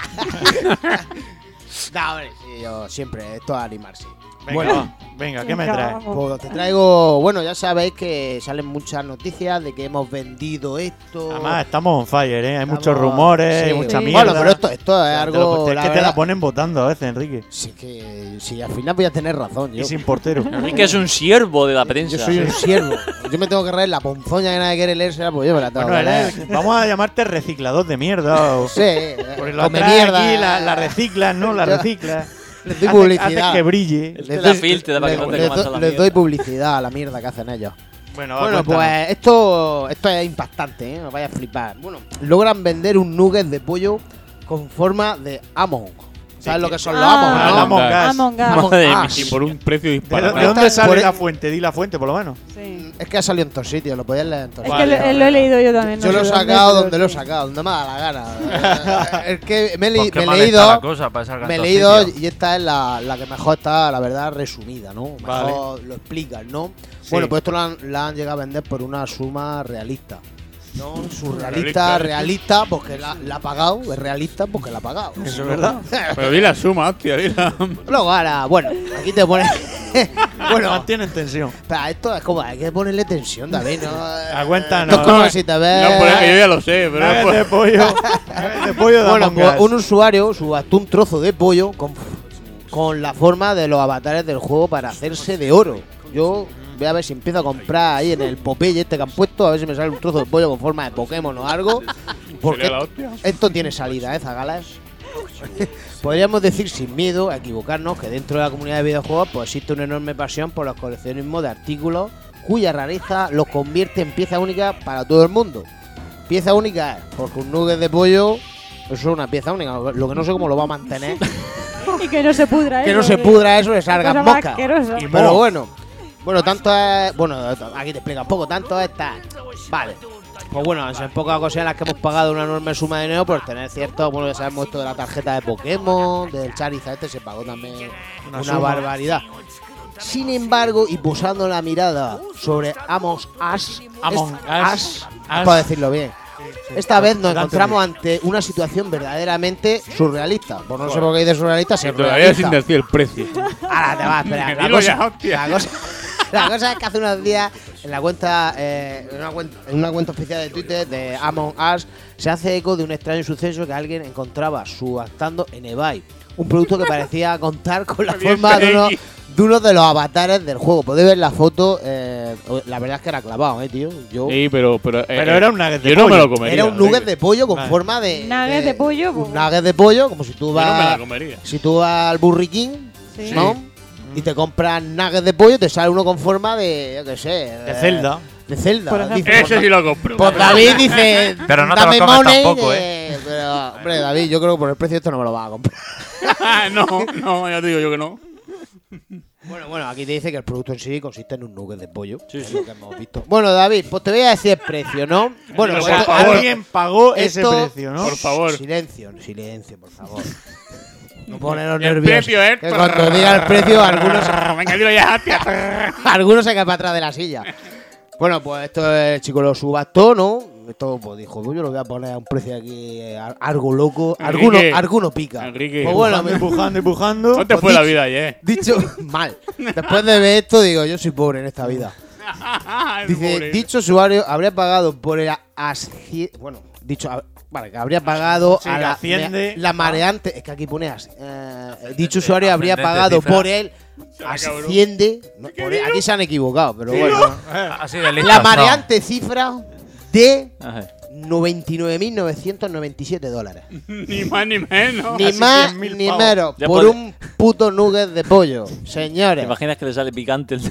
no, hombre, sí, yo siempre, esto es animarse.
[LAUGHS] Venga, va. Venga, ¿qué me traes?
Pues
Ah,
te traigo, bueno, ya sabéis que salen muchas noticias de que hemos vendido esto.
Además, estamos on fire, ¿eh? Hay muchos rumores,
sí.
hay mucha
Sí.
mierda.
Bueno, pero esto-
O
esto es
sea, te lo-
algo,
pues, Es
la
que te
verdad-
la ponen votando a veces, Enrique.
Sí, que sí, al final voy a tener razón. Yo.
Y sin portero.
Enrique es un siervo de la prensa.
Yo soy un
Sí.
siervo. Yo me tengo que reír la ponzoña que nadie quiere leerse, pues yo me la tengo
Bueno,
que leer.
eres- vamos a llamarte reciclador de mierda. o-
Sí, eh,
Porque Pues lo
come
traes
mierda.
aquí, la, la reciclas, ¿no? La
Yo-
reciclas.
Le doy
Hace-
publicidad.
hace que brille.
Les
Te la
doy-
filtra para que
les-
no te
les
comas
doy-
la
Les
mierda.
doy publicidad a la mierda que hacen ellos.
Bueno,
Ah,
va,
Bueno,
cuéntanos.
pues esto, esto es impactante, ¿eh? Os vais a flipar. Bueno, logran vender un nugget de pollo con forma de Among. ¿Sabes lo que son los Among?
Ah,
no?
el Among Us.
Among Us.
Y Ah, por un precio
¿De,
disparado.
de dónde sale
Por-
la fuente? Di la fuente, por lo menos.
Es que ha salido en todos sitios, lo podéis leer en todos
Es que
sitios.
lo, eh, lo he leído yo también.
Yo
no
lo he
sé dónde,
sacado
pero
donde lo he sacado, donde me da la gana.
[LAUGHS]
Eh, es que me, he li-
Pues qué
me he
mal está
leído.
la cosa para sacar
me he
dos
leído
sitios.
y esta es la, la que mejor está, la verdad, resumida, ¿no? Mejor
Vale.
lo explican, ¿no?
Sí.
Bueno, pues esto la han, la han llegado a vender por una suma realista. No, surrealista,
Realista. ¿eh?
realista, porque la, la ha pagado, es realista porque la ha pagado.
Eso
[LAUGHS]
es verdad. Pero di la suma, hostia, di la.
Luego ahora, bueno, aquí te pones. bueno,
mantienen tensión.
Pero [LAUGHS] esto es como, hay que ponerle tensión, David, ¿no?
Aguanta,
No,
no.
como si te ves-
No, pero es que yo ya lo sé, pero.
Nuggets de
pues-
pollo. Nuggets de pollo de
Bueno,
Among
pues
Us.
un usuario subastó un trozo de pollo con, con la forma de los avatares del juego para hacerse de oro. Yo voy a ver si empiezo a comprar ahí en el Popeye este que han puesto, a ver si me sale un trozo de pollo con forma de Pokémon o
[LAUGHS]
algo. Porque
Sería la hostia.
esto tiene salida, ¿eh, Zagalas? [LAUGHS] Podríamos decir sin miedo a equivocarnos que dentro de la comunidad de videojuegos pues existe una enorme pasión por los coleccionismos de artículos cuya rareza los convierte en pieza única para todo el mundo. Pieza única es, porque un nugget de pollo eso es una pieza única, lo que no sé cómo lo va a
[LAUGHS]
mantener.
[LAUGHS] Y que no se pudra
que
eso,
no se
que-
pudra eso, le
la
salgan
cosa más
moscas.
asquerosa.
Pero bueno, bueno, tanto es. Bueno, aquí te explica un poco, tanto es tal. Vale. Pues bueno, son pocas cosas en las que hemos pagado una enorme suma de dinero por tener cierto, bueno, ya sabemos esto de la tarjeta de Pokémon, del Charizard, este se pagó también una,
suma.
barbaridad. Sin embargo, y posando la mirada sobre Among Us,
Among
es-
Us, Us.
Us, para decirlo bien, esta vez nos
Dante,
encontramos ante una situación verdaderamente surrealista. Pues no sé por qué dices surrealista, si es
Todavía
realista.
sin decir el precio.
Ahora te vas, espera.
[LAUGHS]
La
Dilo
cosa,
ya, hostia.
la cosa- la cosa es que hace unos días en la cuenta, eh, en, una cuen- en una cuenta oficial de Twitter de Among Us se hace eco de un extraño suceso que alguien encontraba subastando en eBay. Un producto que parecía contar
[LAUGHS]
con la forma de uno, de uno de los avatares del juego. Podéis ver la foto. eh, la verdad es que era clavado, eh, tío. Yo,
Sí, pero. Pero, eh,
Pero
eh,
era un nugget de
Yo no me
pollo.
lo comería.
era un nugget
Enrique.
de pollo con
Vale.
forma de.
Nuggets de pollo, pues,
Un nugget de pollo, como si tú
Yo
vas.
no me la comería.
Si tú vas al burriquín,
Sí.
¿no? Y te compras nuggets de pollo, te sale uno con forma de, yo qué sé. eh,
De Zelda.
De Zelda.
Por ejemplo.
Dice,
Ese sí lo compro.
pues David
[LAUGHS]
dice.
Pero no te lo
"Dame
comes
money",
tampoco,
eh, pero, hombre, David, yo creo que por el precio esto no me lo vas a comprar.
[LAUGHS] no, no, ya te digo yo que no.
Bueno, bueno, aquí te dice que el producto en sí consiste en un nugget de pollo. es
sí.
lo que hemos visto. Bueno, David, pues te voy a decir el precio, ¿no?
Pero
Bueno, pues
por
esto-
favor.
alguien-
Alguien pagó
[LAUGHS]
ese
esto-
precio, ¿no?
Por favor.
Silencio, silencio, por
[LAUGHS]
favor. No poneros
El
nerviosos.
precio, ¿eh?
Que cuando diga el precio, algunos
[LAUGHS] Venga, dilo ya,
[LAUGHS]
hostia.
Algunos se caen para atrás de la silla. Bueno, pues esto el chico lo subastó, ¿no? Esto pues dijo, pues yo lo voy a poner a un precio aquí eh, a- algo loco. Alguno,
Enrique.
alguno pica.
Enrique.
Pues bueno,
Empujando,
me-
empujando, empujando.
¿Cómo te
Pues
fue la
dicho-
vida ayer?
dicho [LAUGHS] mal. Después de ver esto, digo, yo soy pobre en esta vida.
Ay,
Dice,
pobre.
dicho usuario habría pagado por el asci- Bueno, dicho. a- Vale, que habría pagado
Sí,
a
que
la,
asciende
la mareante. Es que aquí pone así. eh, dicho usuario habría
ascendente,
pagado
cifra.
por él.
va, cabrón.
Asciende. no, por él- aquí se han equivocado, pero bueno.
Así de
La
listas son.
mareante cifra de
Ajá.
99.997 dólares.
[LAUGHS] ni más ni menos.
Ni
Casi
más
100.000
ni
pavos.
menos.
Ya
Por
puede-
un puto nugget de pollo.
¿Te
Señores.
imaginas que le sale picante el...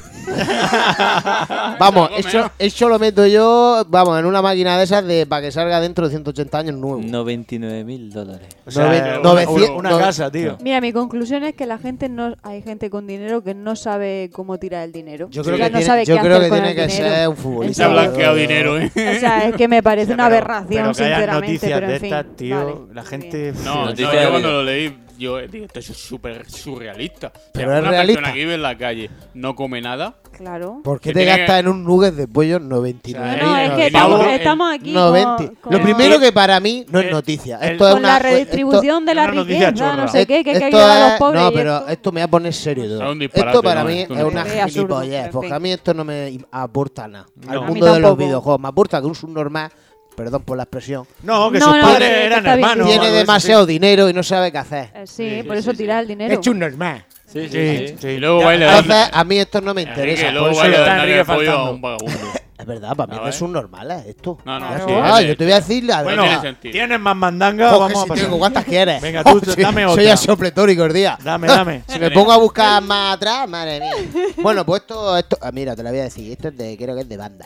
Vamos, eso, eso lo meto yo, vamos, en una máquina de esas de para que salga dentro de 180 años nuevo.
99.000 dólares.
O sea, Noven- una- novecien- una no- casa, tío.
Mira, mi conclusión es que la gente no hay gente con dinero que no sabe cómo tirar el dinero.
Yo creo
Ya
que
no
tiene-
sabe
yo
qué
creo
hacer
que
con
tiene
el
que
dinero.
ser un futbolista.
En
Se ha
serio.
blanqueado dinero, ¿eh?
O sea, es
[LAUGHS]
que me parece una aberración,
Pero que haya
sinceramente,
noticias
pero en
de
fin.
estas, tío,
vale.
la gente.
No, no, yo
Noticias de-
cuando lo leí, yo dije, esto es súper surrealista. O sea,
Pero
una
es realista.
persona que vive en la calle no come nada.
Claro.
¿Por qué
Que
te
tiene
gastas
que-
en un nugget de pollo 99?
No, no, es que estamos- estamos
aquí
90.
con-
Lo
Eh,
con-
primero que para mí no es noticia. Esto es
con la
una,
redistribución
esto-
de la
una noticia
riqueza, no
chorra.
sé qué, que hay que
Esto
ayudar a los
es-
pobres.
No,
y
pero
esto-
esto, me va a poner serio. todo.
Es un disparate,
Esto para
¿no?
mí es
Esto no.
una
Es absurdo,
gilipollez,
en
porque
fin.
a mí esto no me aporta nada.
No.
Al
A mí
mundo de los
tampoco.
videojuegos me aporta que un subnormal, perdón por la expresión.
No, que No, sus no, padres que- que eran está bien hermanos, dicho.
Tiene
algo de eso,
demasiado
sí.
dinero y no sabe qué hacer.
Eh, Sí, por eso tirar el dinero.
Es un normal.
Sí,
sí, sí.
Y
luego baile de-
Entonces, a mí esto no me
Enrique,
interesa.
luego
por eso
baile
lo-
de darle el pollo a un vagabundo.
Es verdad,
Ah,
para mí
¿Sabes?
es un normal eh, esto.
No, no,
Ya
sí,
está, Ah,
es-
yo te voy a decir la
Bueno,
verdad.
tiene sentido.
¿Tienes más mandanga?
Coge
Vamos a
si
pasar.
tengo, ¿cuántas quieres?
Venga, tú,
[LAUGHS] Sí,
dame otra.
Soy asopletórico el día.
Dame, dame.
[LAUGHS] si me pongo a buscar más atrás, madre mía. Bueno, pues esto, esto ah, mira, te lo voy a decir. Esto es de, creo que es de banda.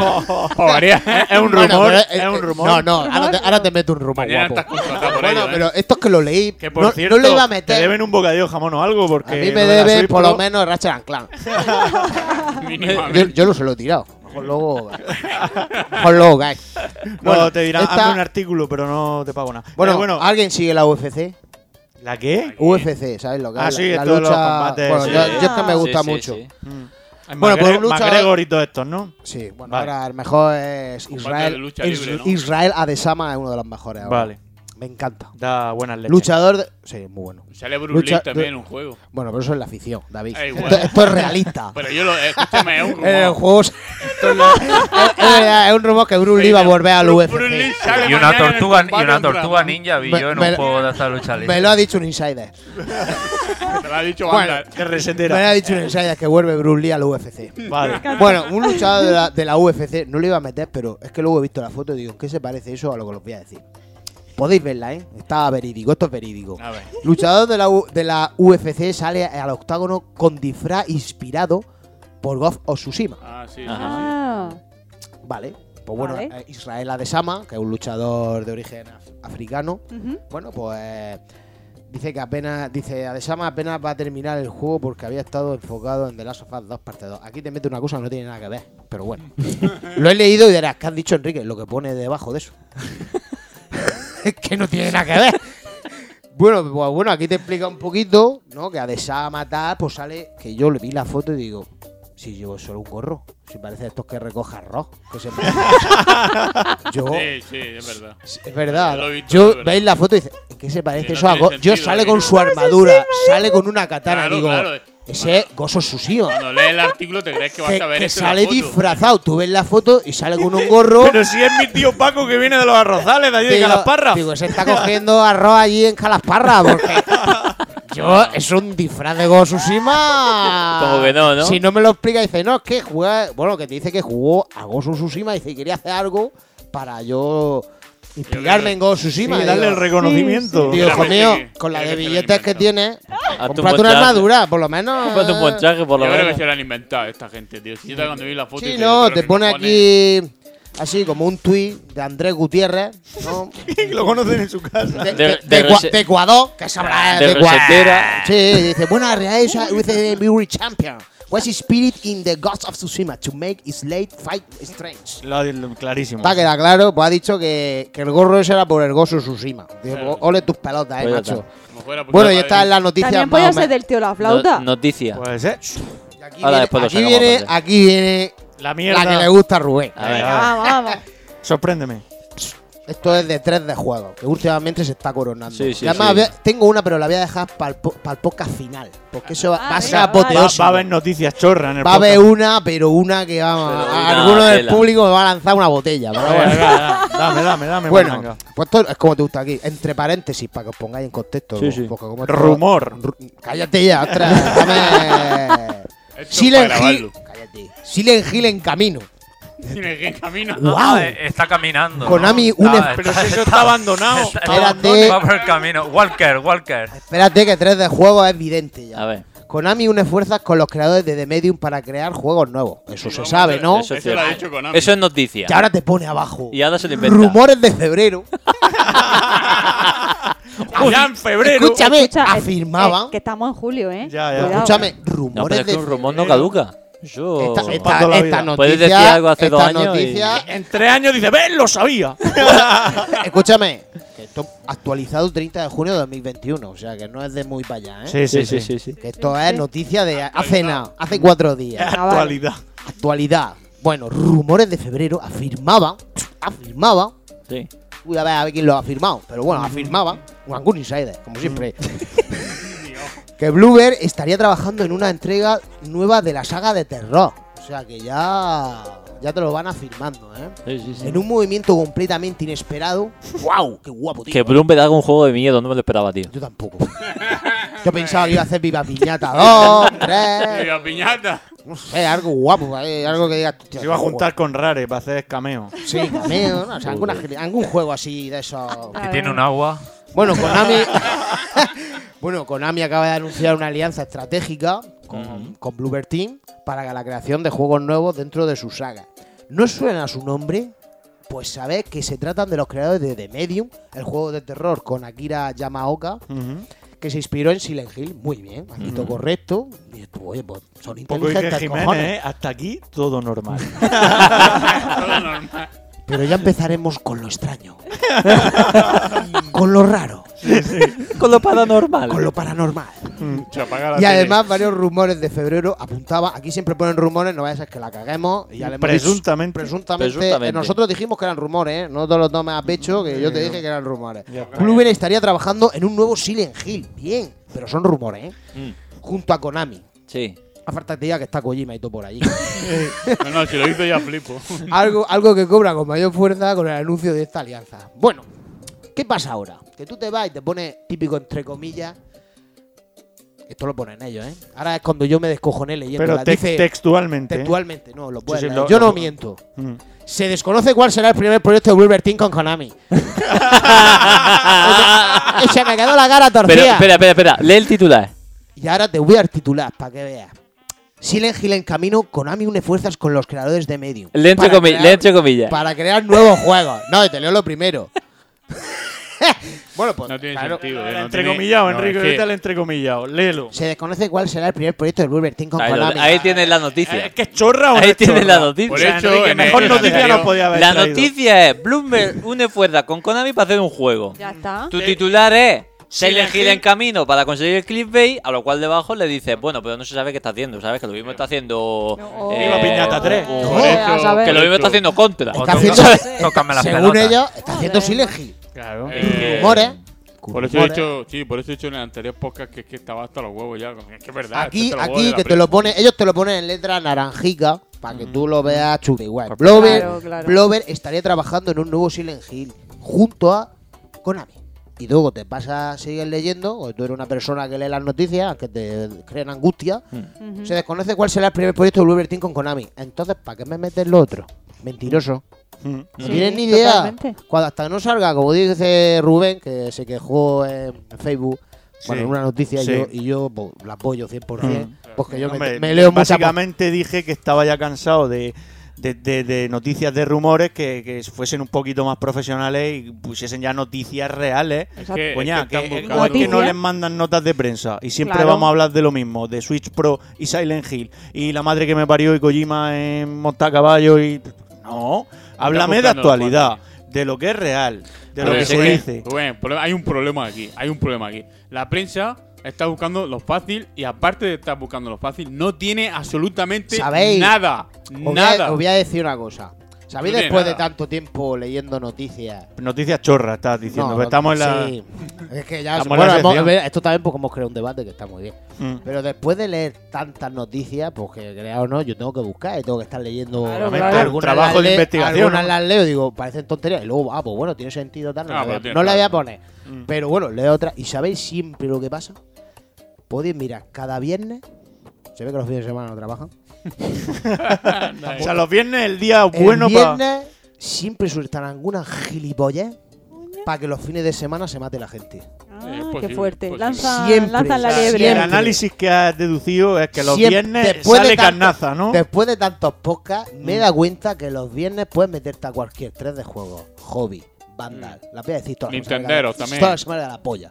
es un
Bueno,
rumor,
pero eh,
es, un rumor.
No, no, ahora te, ahora te meto un rumor
Mañana
guapo.
estás contratado por
bueno,
ello, ¿eh?
pero esto es que lo leí.
Que por
no,
cierto,
no lo iba a meter.
te deben un bocadillo de jamón o algo porque
A mí me
lo de la
debe
Switch
por
Pro-
lo menos Ratchet and Clank. Ah. yo, yo no se lo he tirado. Mejor luego. mejor luego, gag.
No,
Bueno,
te dirán,
esta-
hazme un artículo, pero no te pago nada.
Bueno,
Eh, bueno
¿alguien sigue la UFC?
¿la qué?
UFC, ¿sabes lo que
Ah,
es?
sí,
la, la
todos los
lucha.
combates,
bueno,
sí.
yo, yo es que me
Ah,
gusta
sí, sí,
mucho.
sí.
Bueno, pues
McGregor,
lucha-
McGregor y todos estos, ¿no?
Sí, bueno,
Vale.
ahora el mejor es
Combate
Israel.
de lucha libre,
Is-
¿no?
Israel Adesama es uno de los mejores. ahora.
Vale.
Me encanta.
Da buenas leches.
Luchador. de- Sí, es muy bueno.
Sale Bruce Lee también en un juego.
Bueno, pero eso es la afición, David.
Da igual.
Esto, esto
[LAUGHS]
es realista.
Pues
Pero yo lo. Escúchame, es un rumor.
En el juego. [LAUGHS] se- es, es verdad, [LAUGHS] es un rumor que Bruce Lee va a volver al UFC.
Y una tortuga, y una tortuga ninja vi
Me-
yo en
me-
un juego de esta lucha libre.
Me lo ha dicho un insider.
Te lo ha dicho
Bueno,
Vandal.
Me lo ha dicho un insider que vuelve Bruce Lee al UFC.
Vale.
[LAUGHS] Bueno, un luchador de la, de la UFC, no lo iba a meter, pero es que luego he visto la foto y digo, ¿en qué se parece eso a lo que os voy a decir? Podéis verla, ¿eh? Está verídico, esto es verídico.
A ver.
Luchador de la, U- de la UFC sale al octágono con disfraz inspirado por Goff o Tsushima.
Ah, sí, sí, sí.
Ah,
Vale. Pues bueno,
Vale.
eh, Israel Adesama, que es un luchador de origen af- africano, bueno, pues dice que apenas, dice Adesama apenas va a terminar el juego porque había estado enfocado en The Last of Us 2 parte 2. Aquí te mete una cosa que no tiene nada que ver, pero bueno. Lo he leído y dirás, ¿qué has dicho Enrique? Lo que pone debajo de eso. [LAUGHS] es que no tiene nada que ver. Bueno, pues bueno, aquí te explica un poquito, ¿no? Que Adesama tal, pues sale que yo le vi la foto y digo, si llevo solo un gorro, si parece de estos que recoge arroz, que se Yo
Sí, sí, es verdad.
es verdad.
Lo he visto,
yo
es verdad.
veis la foto y dice, ¿en qué se parece
Que no
eso a
tiene
Go-?" Yo
sentido,
sale
¿eh?
con su armadura, sale con una katana,
Claro,
digo,
claro.
ese es Gozo Tsushima.
Cuando lees el artículo te crees que vas
Que,
a ver
que
eso. en la
sale
foto.
disfrazado, tú ves la foto y sale con un gorro.
Pero si es mi tío Paco que viene de los arrozales, de allí de
Digo-
Calasparra.
Digo, se está cogiendo arroz allí en Calasparra, porque yo es un disfraz de Gozo Tsushima.
Como que no, ¿no?
Si no me lo explica, dice, no, es que juega, bueno, que te dice que jugó a Gozo Tsushima, dice, quería hacer algo para yo inspirarme en Gozo Tsushima.
Sí, darle
Digo,
el reconocimiento. [LAUGHS]
Digo, hijo mío, con la de billetes que tienes, comprate una armadura, por lo menos.
Cómprate un buen traje, por lo
Yo creo que
menos.
se lo han inventado esta gente, tío. Si yo cuando vi la foto.
Sí,
dije,
no,
pero
te
que
pone
me
aquí así como un tuit de Andrés Gutiérrez, ¿no?
Lo conocen en su casa.
De, de Ecua- de Ecuador, que sabrá
de
Ecua-
recetera.
Sí, dice, buena real UFC Bury Champion. What's his spirit in the Gods of Tsushima to make his late fight strange?
Lo- lo- clarísimo.
Para quedar claro, pues ha dicho que, que el gorro ese era por el gozo Tsushima. Digo,
Claro.
ole tus pelotas, eh,
Pues ya
macho.
está.
Bueno, y esta es la noticia más
También
o
podía
menos.
ser del tío la flauta.
No- noticia.
Puede ser.
Aquí
Ahora
viene-
después lo
aquí
sacamos,
viene,
entonces.
aquí viene
La mierda.
que le gusta a Rubén.
A ver.
Vamos, Ah, vamos.
[LAUGHS]
Sorpréndeme.
Esto es de 3 de juego, que últimamente se está coronando.
Sí, sí,
Y además,
sí.
había- tengo una, pero la voy a dejar para el, podcast final. Porque eso va a ser
Va,
apoteósico.
va a haber noticias chorras en el
Va a haber
podcast.
una, pero una que vamos
Pero
a-
una
alguno del
tela.
público me va a lanzar una botella. pero bueno.
Venga, venga, Dame, dame, dame.
Bueno,
mandanga.
pues esto es como te gusta aquí. Entre paréntesis, para que os pongáis en contexto.
Sí, sí.
porque como esto-
Rumor.
Cállate ya, ostras. Dame.
Esto
[LAUGHS]
es
Silent
para
Hill. Cállate. Silent Hill en camino.
Tiene que camino.
¡Guau!
Ah, está caminando.
Konami, un
Está-
es- Pero si eso [LAUGHS]
está abandonado.
está-
Espérate.
Va por el camino. Walker, Walker.
Espérate que 3 de juego es evidente ya.
A ver.
Konami une fuerzas con los creadores de The Medium para crear juegos nuevos. Eso se sabe, ¿no?
Eso, es
lo ha
cierto.
dicho Konami.
Eso es noticia.
Que ahora te pone abajo.
Y ahora se lo inventa.
Rumores de febrero.
Ya en febrero.
Escúchame,
Escucha, eh,
afirmaban.
eh, que estamos en julio, ¿eh?
Ya, ya.
Cuidado.
Escúchame,
No, pero
rumores
es que
de
un rumor no
febrero.
caduca. Yo...
Esta, esta-
Toda la
esta
vida.
noticia,
Puedes decir algo hace
esta
dos años y- [LAUGHS]
noticia-
En tres años dice, ven, lo
[LAUGHS]
sabía.
Escúchame, que esto actualizado 30 de junio de 2021, o sea que no es de muy para allá, ¿eh?
sí, sí.
Que esto es noticia de hace nada, hace cuatro días.
Actualidad.
Actualidad. Bueno, rumores de febrero afirmaban, afirmaban,
Sí.
voy a ver a ver quién lo ha afirmado, pero bueno, afirmaban, un good insider, como siempre, que Bluebird estaría trabajando en una entrega nueva de la saga de terror. O sea que ya, ya te lo van afirmando, ¿eh?
Sí, sí, sí.
En un movimiento completamente inesperado. ¡Wow! ¡Qué guapo, tío!
Que Bloomberg haga un juego de miedo, no me lo esperaba, tío.
Yo tampoco. Yo pensaba que iba a hacer Viva Piñata 2, 3.
Mira, piñata.
No sé, algo guapo, eh, algo que diga.
Se iba a juntar con Rare para hacer
[LAUGHS]
cameo.
Sí, cameo, no, o sea, alguna gen- algún juego así de esos.
Que tiene un agua.
Bueno, Konami. [LAUGHS] bueno, Konami acaba de anunciar una alianza estratégica con, con Bluebird Team para la creación de juegos nuevos dentro de su saga. ¿No suena su nombre? Pues sabed que se tratan de los creadores de The Medium, el juego de terror con Akira Yamaoka,
Ujú.
que se inspiró en Silent Hill. Muy bien, aquí todo correcto. Y esto, oye, pues son
Poco Iker
inteligentes,
Jiménez,
cojones.
¿eh? hasta aquí todo
[LAUGHS]
normal.
Todo normal.
Pero ya empezaremos con lo
[LAUGHS]
extraño. con lo raro.
Con lo paranormal. Mm.
Con lo paranormal.
Se apaga la
Y
tele.
además varios rumores de febrero apuntaba, aquí siempre ponen rumores, no vaya a ser que la caguemos. Y ya le hemos
Presuntamente.
dicho- presuntamente,
Presuntamente.
eh, nosotros dijimos que eran rumores, ¿eh? no te lo tomes a pecho, que yo te dije que eran rumores.
Ya.
Bluebird estaría trabajando en un nuevo Silent Hill, bien, pero son rumores, ¿eh? junto a Konami. [LAUGHS]
Sí. [LAUGHS]
A falta que te diga que está Kojima y todo por allí.
[LAUGHS] No, no, si lo hizo ya flipo.
[LAUGHS] algo, algo que cobra con mayor fuerza con el anuncio de esta alianza. Bueno, ¿qué pasa ahora? Que tú te vas y te pones típico entre comillas. Esto lo ponen ellos, ¿eh? Ahora es cuando yo me descojoné leyendo.
Pero tex- textualmente. ¿eh?
textualmente, no, lo puedes
sí,
leer.
lo-
Yo
lo-
no miento.
Mm.
Se desconoce cuál será el primer proyecto de Wilbert Team con
[LAUGHS]
Konami. O sea, [LAUGHS] se me quedó la cara
Ah. Pero,
torcida.
espera, espera, espera. Lee el titular.
Y ahora te voy a titular para que veas. Silent Hill en camino, Konami une fuerzas con los creadores de Medium.
Lee entre,
Para
comi-
crear-
lee entre comillas.
para crear nuevos juegos. No, y te leo lo
[LAUGHS]
primero. bueno, pues
No tiene
claro,
sentido. eh,
El
no
entrecomillado,
tiene- no,
Enrique,
es que-
vete al entrecomillado. Léelo.
se desconoce cuál será el primer proyecto de Bluebird Team con
Ahí, lo-
Konami.
ahí tienes la noticia.
Es que es chorra o no
Ahí
es
tienes
chorra?
la noticia.
Por
O sea,
hecho,
Enrique,
en
mejor
el
noticia
escenario-
no podía haber
La
traído.
noticia es: Bloomberg une fuerza con Konami para hacer un juego.
Ya está.
Tu titular es Silent
Silent
Hill
Hill.
en camino para conseguir el clickbait, a lo cual debajo le dices, bueno, pero no se sabe qué está haciendo, ¿sabes? Que lo mismo está haciendo...
oh,
No.
eh,
Viva Piñata 3.
o-
No,
Por
Eh,
eso-
a saber.
que lo mismo está haciendo Contra.
Está
Toca-
haciendo-
[LAUGHS]
Tócame las
eh, Según
pelotas.
ellos, está haciendo Silent Hill.
Claro.
Eh,
Rumores.
Por
rumores.
eso he
¿eh?
hecho, sí, por eso he hecho en el anterior podcast que, es que estaba hasta los huevos ya. Es que es verdad.
Aquí,
esto está hasta los huevos de
aquí
la
que te
prensa.
lo pone, ellos te lo ponen en letra naranjica para que tú lo veas chupi igual.
Claro,
Blover,
claro.
Blover estaría trabajando en un nuevo Silent Hill junto a Konami. Y luego te pasa, sigues leyendo, o tú eres una persona que lee las noticias, que te crean angustia.
Ujú.
Se desconoce cuál será el primer proyecto de Blover Team con Konami. Entonces, ¿para qué me metes lo otro? Mentiroso.
Mm.
No
Sí,
tienes ni idea.
totalmente.
Cuando hasta que no salga, como dice Rubén, que se quejó en Facebook, bueno,
Sí.
en una noticia, y
Sí.
yo- y yo pues, la apoyo 100%, porque pues yo me-
Hombre,
me, leo mucha
Básicamente dije que estaba ya cansado de, de- de- de noticias de rumores que, que fuesen un poquito más profesionales y pusiesen ya noticias reales.
Es que- es
Coña,
que
que,
están
eh,
buscando-
igual que no
Noticias.
les mandan notas de prensa y siempre
Claro.
vamos a hablar de lo mismo, de Switch Pro y Silent Hill y la madre que me parió y Kojima en montar caballo y... No, háblame de
buscando los
actualidad, de lo que es real, de lo
Rubén,
que se
Rubén,
dice.
Rubén, pro- hay un problema aquí. Hay un problema aquí. La prensa está buscando lo fácil y aparte de estar buscando lo fácil, no tiene absolutamente
¿Sabéis?
nada.
Os voy a-
Nada.
os voy a decir una cosa. ¿Sabéis
No tiene
después de
nada.
tanto tiempo leyendo noticias?
Noticias chorras, estás diciendo.
No,
que estamos en la...
sí. Es que ya.
estamos en la
bueno, hemos-
sección.
esto también porque hemos creado un debate que está muy bien.
Mm.
Pero después de leer tantas noticias, porque crea o no, yo tengo que buscar y tengo que estar leyendo.
Claro, claro.
Algunas las
Trabajo de
le-
investigación,
Algunas
¿no?
las leo y digo, parecen tonterías. Y luego, ah, pues bueno, tiene sentido tal. No,
Ah,
la
pero
voy a-
tiene
no la voy a
claro.
poner. Pero bueno, leo otra. ¿Y sabéis siempre lo que pasa? Podéis mirar cada viernes. Se ve que los fines de semana no trabajan.
o sea, los viernes el día bueno
el
para.
viernes siempre sueltan alguna gilipollez para que los fines de semana se mate la gente.
qué fuerte. Lanza,
Siempre,
lanza la
siempre.
liebre.
El análisis que has deducido es que los
Siempre,
viernes
después de
sale
tanto-
carnaza, ¿no?
Después de tantos podcasts, me he
Mm.
dado cuenta que los viernes puedes meterte a cualquier tres de juego, hobby, Vandal.
Mm.
La voy a decir todas. las semanas.
Nintenderos también.
Todas las semanas de la polla.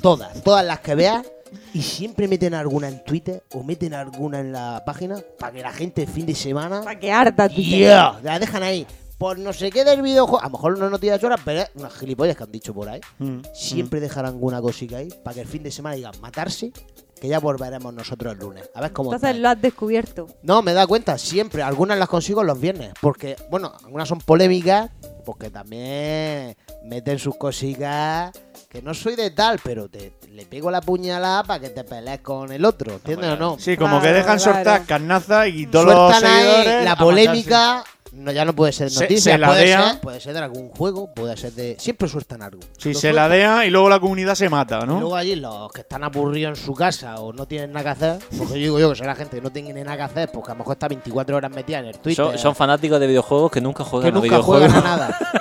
Todas, todas las que veas. Y siempre meten alguna en Twitter o meten alguna en la página para que la gente el fin de semana. Para
que harta Twitter.
Yeah, la dejan ahí. Por no sé qué del videojuego. A lo mejor no noticia chora, pero es unas gilipollas que han dicho por ahí.
Mm,
Siempre dejar alguna cosita ahí para que el fin de semana digan matarse, que ya volveremos nosotros el lunes. A ver cómo.
Entonces
estáis.
lo has descubierto.
No, me da cuenta, siempre. Algunas las consigo los viernes. Porque, bueno, algunas son polémicas, porque también meten sus cositas. Que no soy de tal, pero te, le pego la puñalada para que te pelees con el otro, ¿entiendes o no?
Sí, como que dejan soltar carnaza y todos los
Sueltan ahí
seguidores.
la
a
polémica.
matarse.
No, ya no puede ser
Se-
noticia.
se
puede,
ladean.
ser, puede ser de algún juego, puede ser de. Siempre sueltan algo.
Sí,
Lo
se
sueltan.
la dean y luego la comunidad se mata,
Y
¿no?
luego allí los que están aburridos en su casa o no tienen nada que hacer, porque yo digo yo que será gente que no tiene nada que hacer, porque a lo mejor está 24 horas metida en el Twitter.
Son, son fanáticos de videojuegos que nunca juegan
que
a
nunca
videojuegos.
juegan a nada.
[LAUGHS]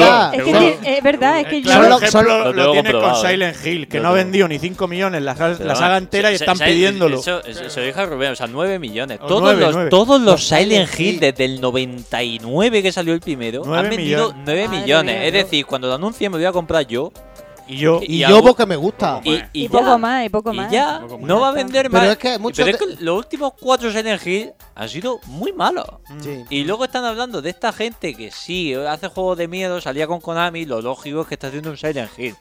Ah,
Es que es
Ah,
verdad, es, que ti- es verdad, es que yo.
Eh, Claro,
lo-
por ejemplo, lo,
lo tengo
tienes con
comprobado, eh.
Silent Hill, que
Lo
no
tengo.
vendió ni 5 millones la, ja- la
Pero,
saga
ah,
entera y
se-
están
se-
pidiéndolo.
Eso, eso- se lo dije a Rubén, o sea, 9 millones.
O
todos,
nueve,
los,
nueve.
todos los Silent
Silent
Hill desde el 99 que salió el primero
Nueve
han vendido
Ah, millones.
9
Madre
millones.
mía,
es
yo-
decir, cuando lo anuncie me voy a comprar yo.
Y yo,
Y yo porque me
Ah,
gusta.
Y, y
Y poco
ya.
más, y poco
Y
más.
ya, no va a vender
Pero
más.
es que muchos
Pero es
de-
que los últimos cuatro Silent Hill han sido muy malos.
mm,
Sí.
Y luego están hablando de esta gente que sí, hace juegos de miedo, salía con Konami, lo lógico es que está haciendo un Silent Hill.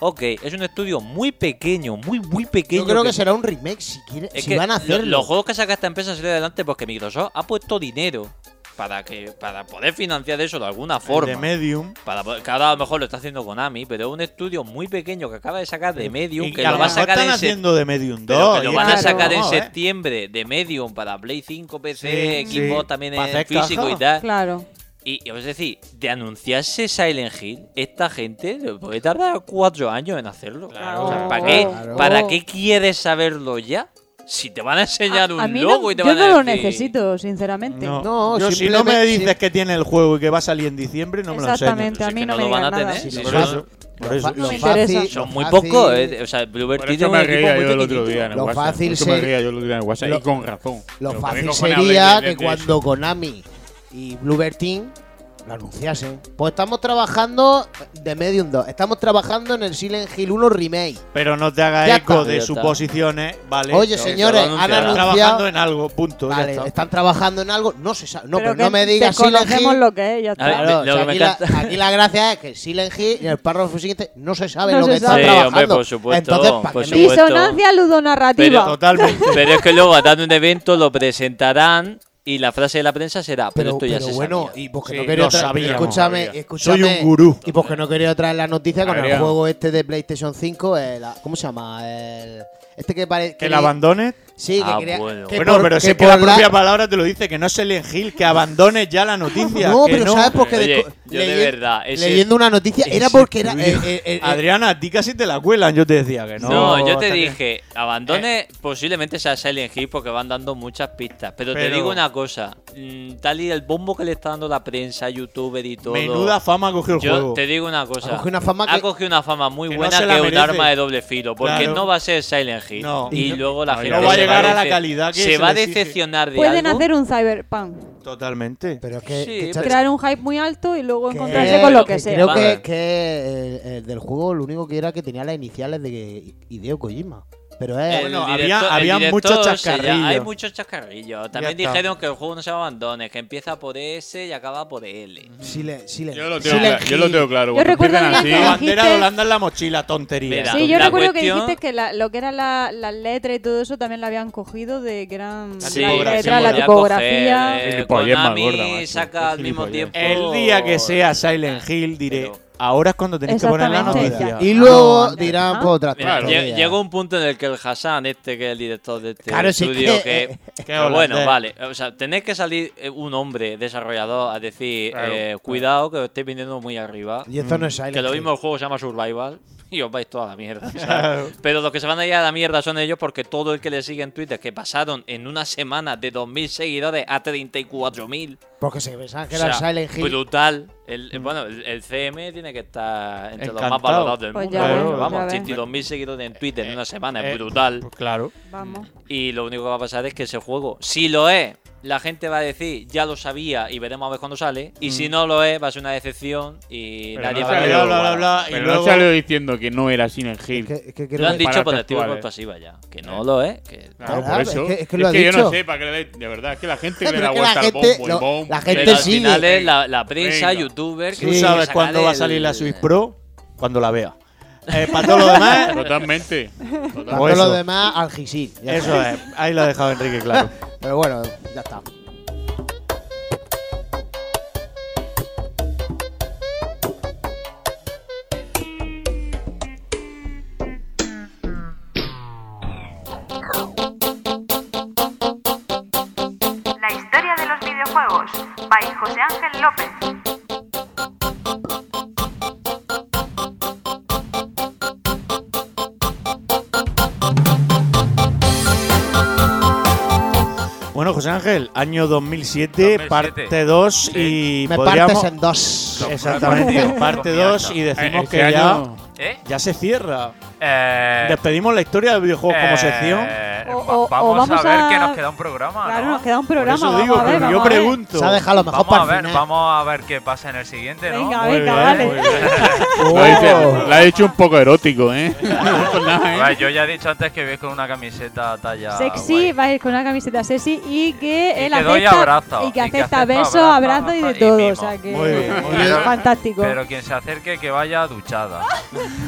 Ok, es un estudio muy pequeño, muy, muy pequeño.
Yo creo que será un remake si quieren,
Es
si
que
van a
lo-
hacerlo.
Los juegos que saca esta empresa salen adelante porque Microsoft ha puesto dinero para que para poder financiar eso de alguna forma.
de Medium.
Para, poder- que ahora a lo mejor lo está haciendo Konami, pero es un estudio muy pequeño que acaba de sacar de Medium,
Y
que
a
lo
lo
va a
mejor
sacar
están
en
haciendo de Medium
pero
2.
que lo
y
van a
eso,
sacar en
vamos, ¿eh?
septiembre de Medium para Play 5, PC,
Sí,
Xbox
sí.
también
Pa'
en
hacer
físico
caja.
y tal.
Claro.
Y, y os decir, de anunciarse Silent Hill, esta gente le puede tardar cuatro años en hacerlo. O sea, ¿para, qué,
Claro.
¿Para qué quieres saberlo ya? Si te van a enseñar un
A mí
logo
no,
y te
yo
van a
no lo
decir-
necesito, sinceramente.
No, yo si no me dices que tiene el juego y que va a salir en diciembre, no me lo enseñas.
Exactamente, a mí no me digan nada.
Sí,
Por
lo
eso, por eso.
Lo fácil-
Son
lo
muy
fácil-
pocos. eh. O sea, Bluebird
Por
tiene
eso
un
me
equipo
reía
muy
yo el
pequeñito.
otro día en el
Lo
WhatsApp.
fácil
Por eso me
ser-
reía yo el otro día en el WhatsApp
lo-
y con razón.
Lo
Pero ¿por qué
fácil
cojones habláis
sería
de- de-
que
de
cuando Konami y Bluebird Team lo anunciasen. Pues estamos trabajando de Medium 2. Estamos trabajando en el Silent Hill 1 Remake.
Pero no te hagas
Ya
eco
está.
de
Ya está.
suposiciones, ¿vale?
Oye,
No,
señores,
están
han anunciado-
trabajando en algo, punto. ya
Vale,
está.
están trabajando en algo. No se sabe. No, pero, no
Pero que
me digas Silent
desconocemos
Hill.
lo que es, ya está.
A ver,
Claro,
lo
o sea,
que me
aquí, la,
encanta-
aquí la gracia es que Silent Hill en el párrafo siguiente no se sabe
No
lo
se
que están
sabe.
Sí, hombre,
trabajando.
por supuesto,
Entonces, ¿para
por
qué me-
supuesto.
Disonancia ludonarrativa.
Pero-
[LAUGHS]
Pero es que luego harán un evento, lo presentarán y la frase de la prensa será: Pero, esto ya
pero
se
bueno,
sabía".
y porque
Sí,
no quería
lo
traer-
sabíamos,
escúchame,
sabía.
escúchame.
Soy un gurú.
Y porque no quería traer la noticia con el
Adrián.
juego este de PlayStation 5, el- ¿cómo se llama? El- este que parece
¿Que la abandones?
Sí, que
Ah,
quería
bueno.
que
Bueno,
por-
pero
que
si es que la
por la-
propia palabra te lo dice, que no es el Hill, que abandones ya la noticia.
No,
que
pero ¿sabes por qué?
Oye,
Desco-
yo de
leyen-
verdad. ese-
leyendo una noticia era porque era eh, eh, eh,
Adriana, a ti casi te la cuelan, yo te decía que no.
No, yo te
hasta que-
dije, abandone posiblemente sea Silent Hill porque van dando muchas pistas. Pero, te
Pero-
digo una cosa, mm, tal y el bombo que le está dando la prensa, youtuber y todo.
Menuda fama cogió el
Yo
juego.
te digo una cosa.
Ha cogido una fama
ha
que-
cogido una fama muy
que no
buena
se la
que es un
merece.
arma de doble filo. Porque
Claro.
no va a ser Silent Hill.
No.
Y
No.
luego la
No,
gente.
no va a
se
llegar a la
dece-
calidad que
Se,
se
va a
le exige.
decepcionar de
Pueden
algo.
hacer un cyberpunk.
Totalmente.
Pero que,
Sí,
que cha-
Crear un hype muy alto y luego
que-
encontrarse con lo que sea.
Eh, Creo que,
Vale.
que el, el del juego lo único que era que tenía las iniciales de Hideo Kojima. Pero es.
El
había-
director- el
había
director
muchos
se llama-
chascarrillos.
hay muchos chascarrillos. También
está.
dijeron que el juego no se abandone, que empieza por S y acaba por L.
Sile- sile-
Yo lo tengo,
Silent
claro, yo lo
Hill.
tengo claro.
Yo
cuando
recuerdo
empiezan
que
así-
La
Dijiste-
bandera de Holanda en la mochila, tontería.
Mira,
Sí, yo
La cuestión-
recuerdo que dijiste que la- lo que eran la- las letras y todo eso también lo habían cogido de gran
Sí,
la
se
letra, la
podía
tipografía.
coger, eh,
Gilipollez más
Konami
gorda, macho.
saca al mismo tiempo.
El día que sea Silent Hill diré, ahora es cuando tenéis que poner la
Exactamente.
noticia.
Y luego
No,
dirán pues,
¿no?
por otras
Mira, lle-
tonterías.
llegó un punto en el que el Hassan, este que es el director de este
Claro, sí
estudio,
que-
[LAUGHS]
que,
que
pero bueno,
holandés.
vale, o sea, tenés que salir eh, un hombre desarrollador a decir, eh, cuidado que os estáis viniendo muy arriba,
Y esto no es Silent
que lo
Hill.
mismo el juego se llama Survival [LAUGHS] y y os vais toda la mierda. ¿sabes?
Claro.
Pero los que se van a ir a la mierda son ellos porque todo el que le sigue en Twitter, que pasaron en una semana de 2.000 seguidores a 34.000.
Porque se pensaban que
O sea, pues
era Silent Hill.
Brutal. El,
Mm.
el- bueno, el, el CM tiene que estar entre los más
Encantado.
valorados del
Pues
mundo.
ya ves,
pero
ya
vamos,
ves.
32.000 seguidores en Twitter en una semana,
Eh,
es brutal.
Pues
claro.
Vamos.
pues-
Y lo único que va a pasar es que ese juego, si lo es, la gente va a decir, ya lo sabía y veremos a ver cuándo sale. Y
Mm.
si no lo es, va a ser una decepción y
Pero
nadie va
no
a
salió-
querer
bla, bla,
jugar.
bla, Pero no salió diciendo que no era Silent Hill.
Lo han dicho por activo y por
Palabras
pasiva ya. Que
Eh.
no lo es.
Este
Que...
Claro,
Claro,
por
es
eso.
que- es que lo ha
yo no
dicho.
sé para qué le dais- De verdad, es que
[LAUGHS]
la gente
Pero
le da
que la
vuelta al
gente-
bombo,
lo-
y bombo.
la gente
Pero al
sigue.
final es
la- la prensa, youtuber, que
este ¿Tú
tiene que
sabes
sacar
cuándo va a
el-
salir la Switch Pro? Cuando la vea. Eh, para todo lo demás.
[LAUGHS]
[LAUGHS] Totalmente.
Pues
Todo
eso.
lo demás, al Jisir. Ya
Eso
está.
es. Ahí lo ha dejado Enrique, claro.
Pero bueno, ya está.
La historia de los videojuegos, by José Ángel López.
Bueno, José Ángel, año 2007, parte 2 y
Me
podríamos...
partes en dos.
Exactamente,
[LAUGHS]
Dos
parte
piezas.
2 y decimos
Eh,
que
este
ya,
año-
¿Eh?
ya se cierra.
Eh,
Despedimos la historia del videojuego como
eh,
sección.
va-
o- o
vamos,
vamos
a ver
a-
que nos queda un programa.
Claro,
¿no?
nos queda un programa.
eso
vamos
digo,
a ver,
pero yo
vamos a ver.
[LAUGHS]
pregunto.
Se ha dejado lo mejor
Vamos a
para el
ver,
final.
vamos a ver qué pasa en el siguiente, ¿no?
Venga, Muy venga, bien, vale. muy
Lo ha dicho- lo
Oh.
ha hecho un poco erótico, ¿eh? [LAUGHS]
Vale, yo ya he dicho antes que voy con una camiseta talla.
Sexy, va a ir con una camiseta sexy y que él
que doy
acepta,
abrazo,
y que
y que
acepta
acepto
besos,
abrazo,
abrazos y de
abrazo y
todo.
mimo.
o sea que
Muy bien, muy bien.
fantástico.
Pero quien se acerque que vaya duchada.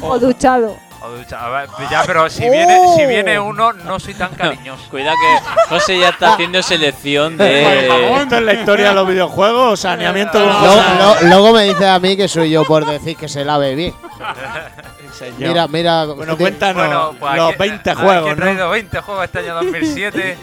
o duchado.
O ducha- a ver, ya, pero si viene, si viene uno, no soy tan cariñoso.
Cuidado que José ya está haciendo
[LAUGHS]
selección de.
Esto es la historia de los videojuegos, saneamiento con
Luego,
José.
lo- luego me dice a mí que soy yo por decir que se lave bien. Mira, mira.
Bueno,
te-
cuéntanos
Bueno, pues
los
aquí-
20
aquí
juegos,
he
¿no?
traído 20 juegos este año 2007.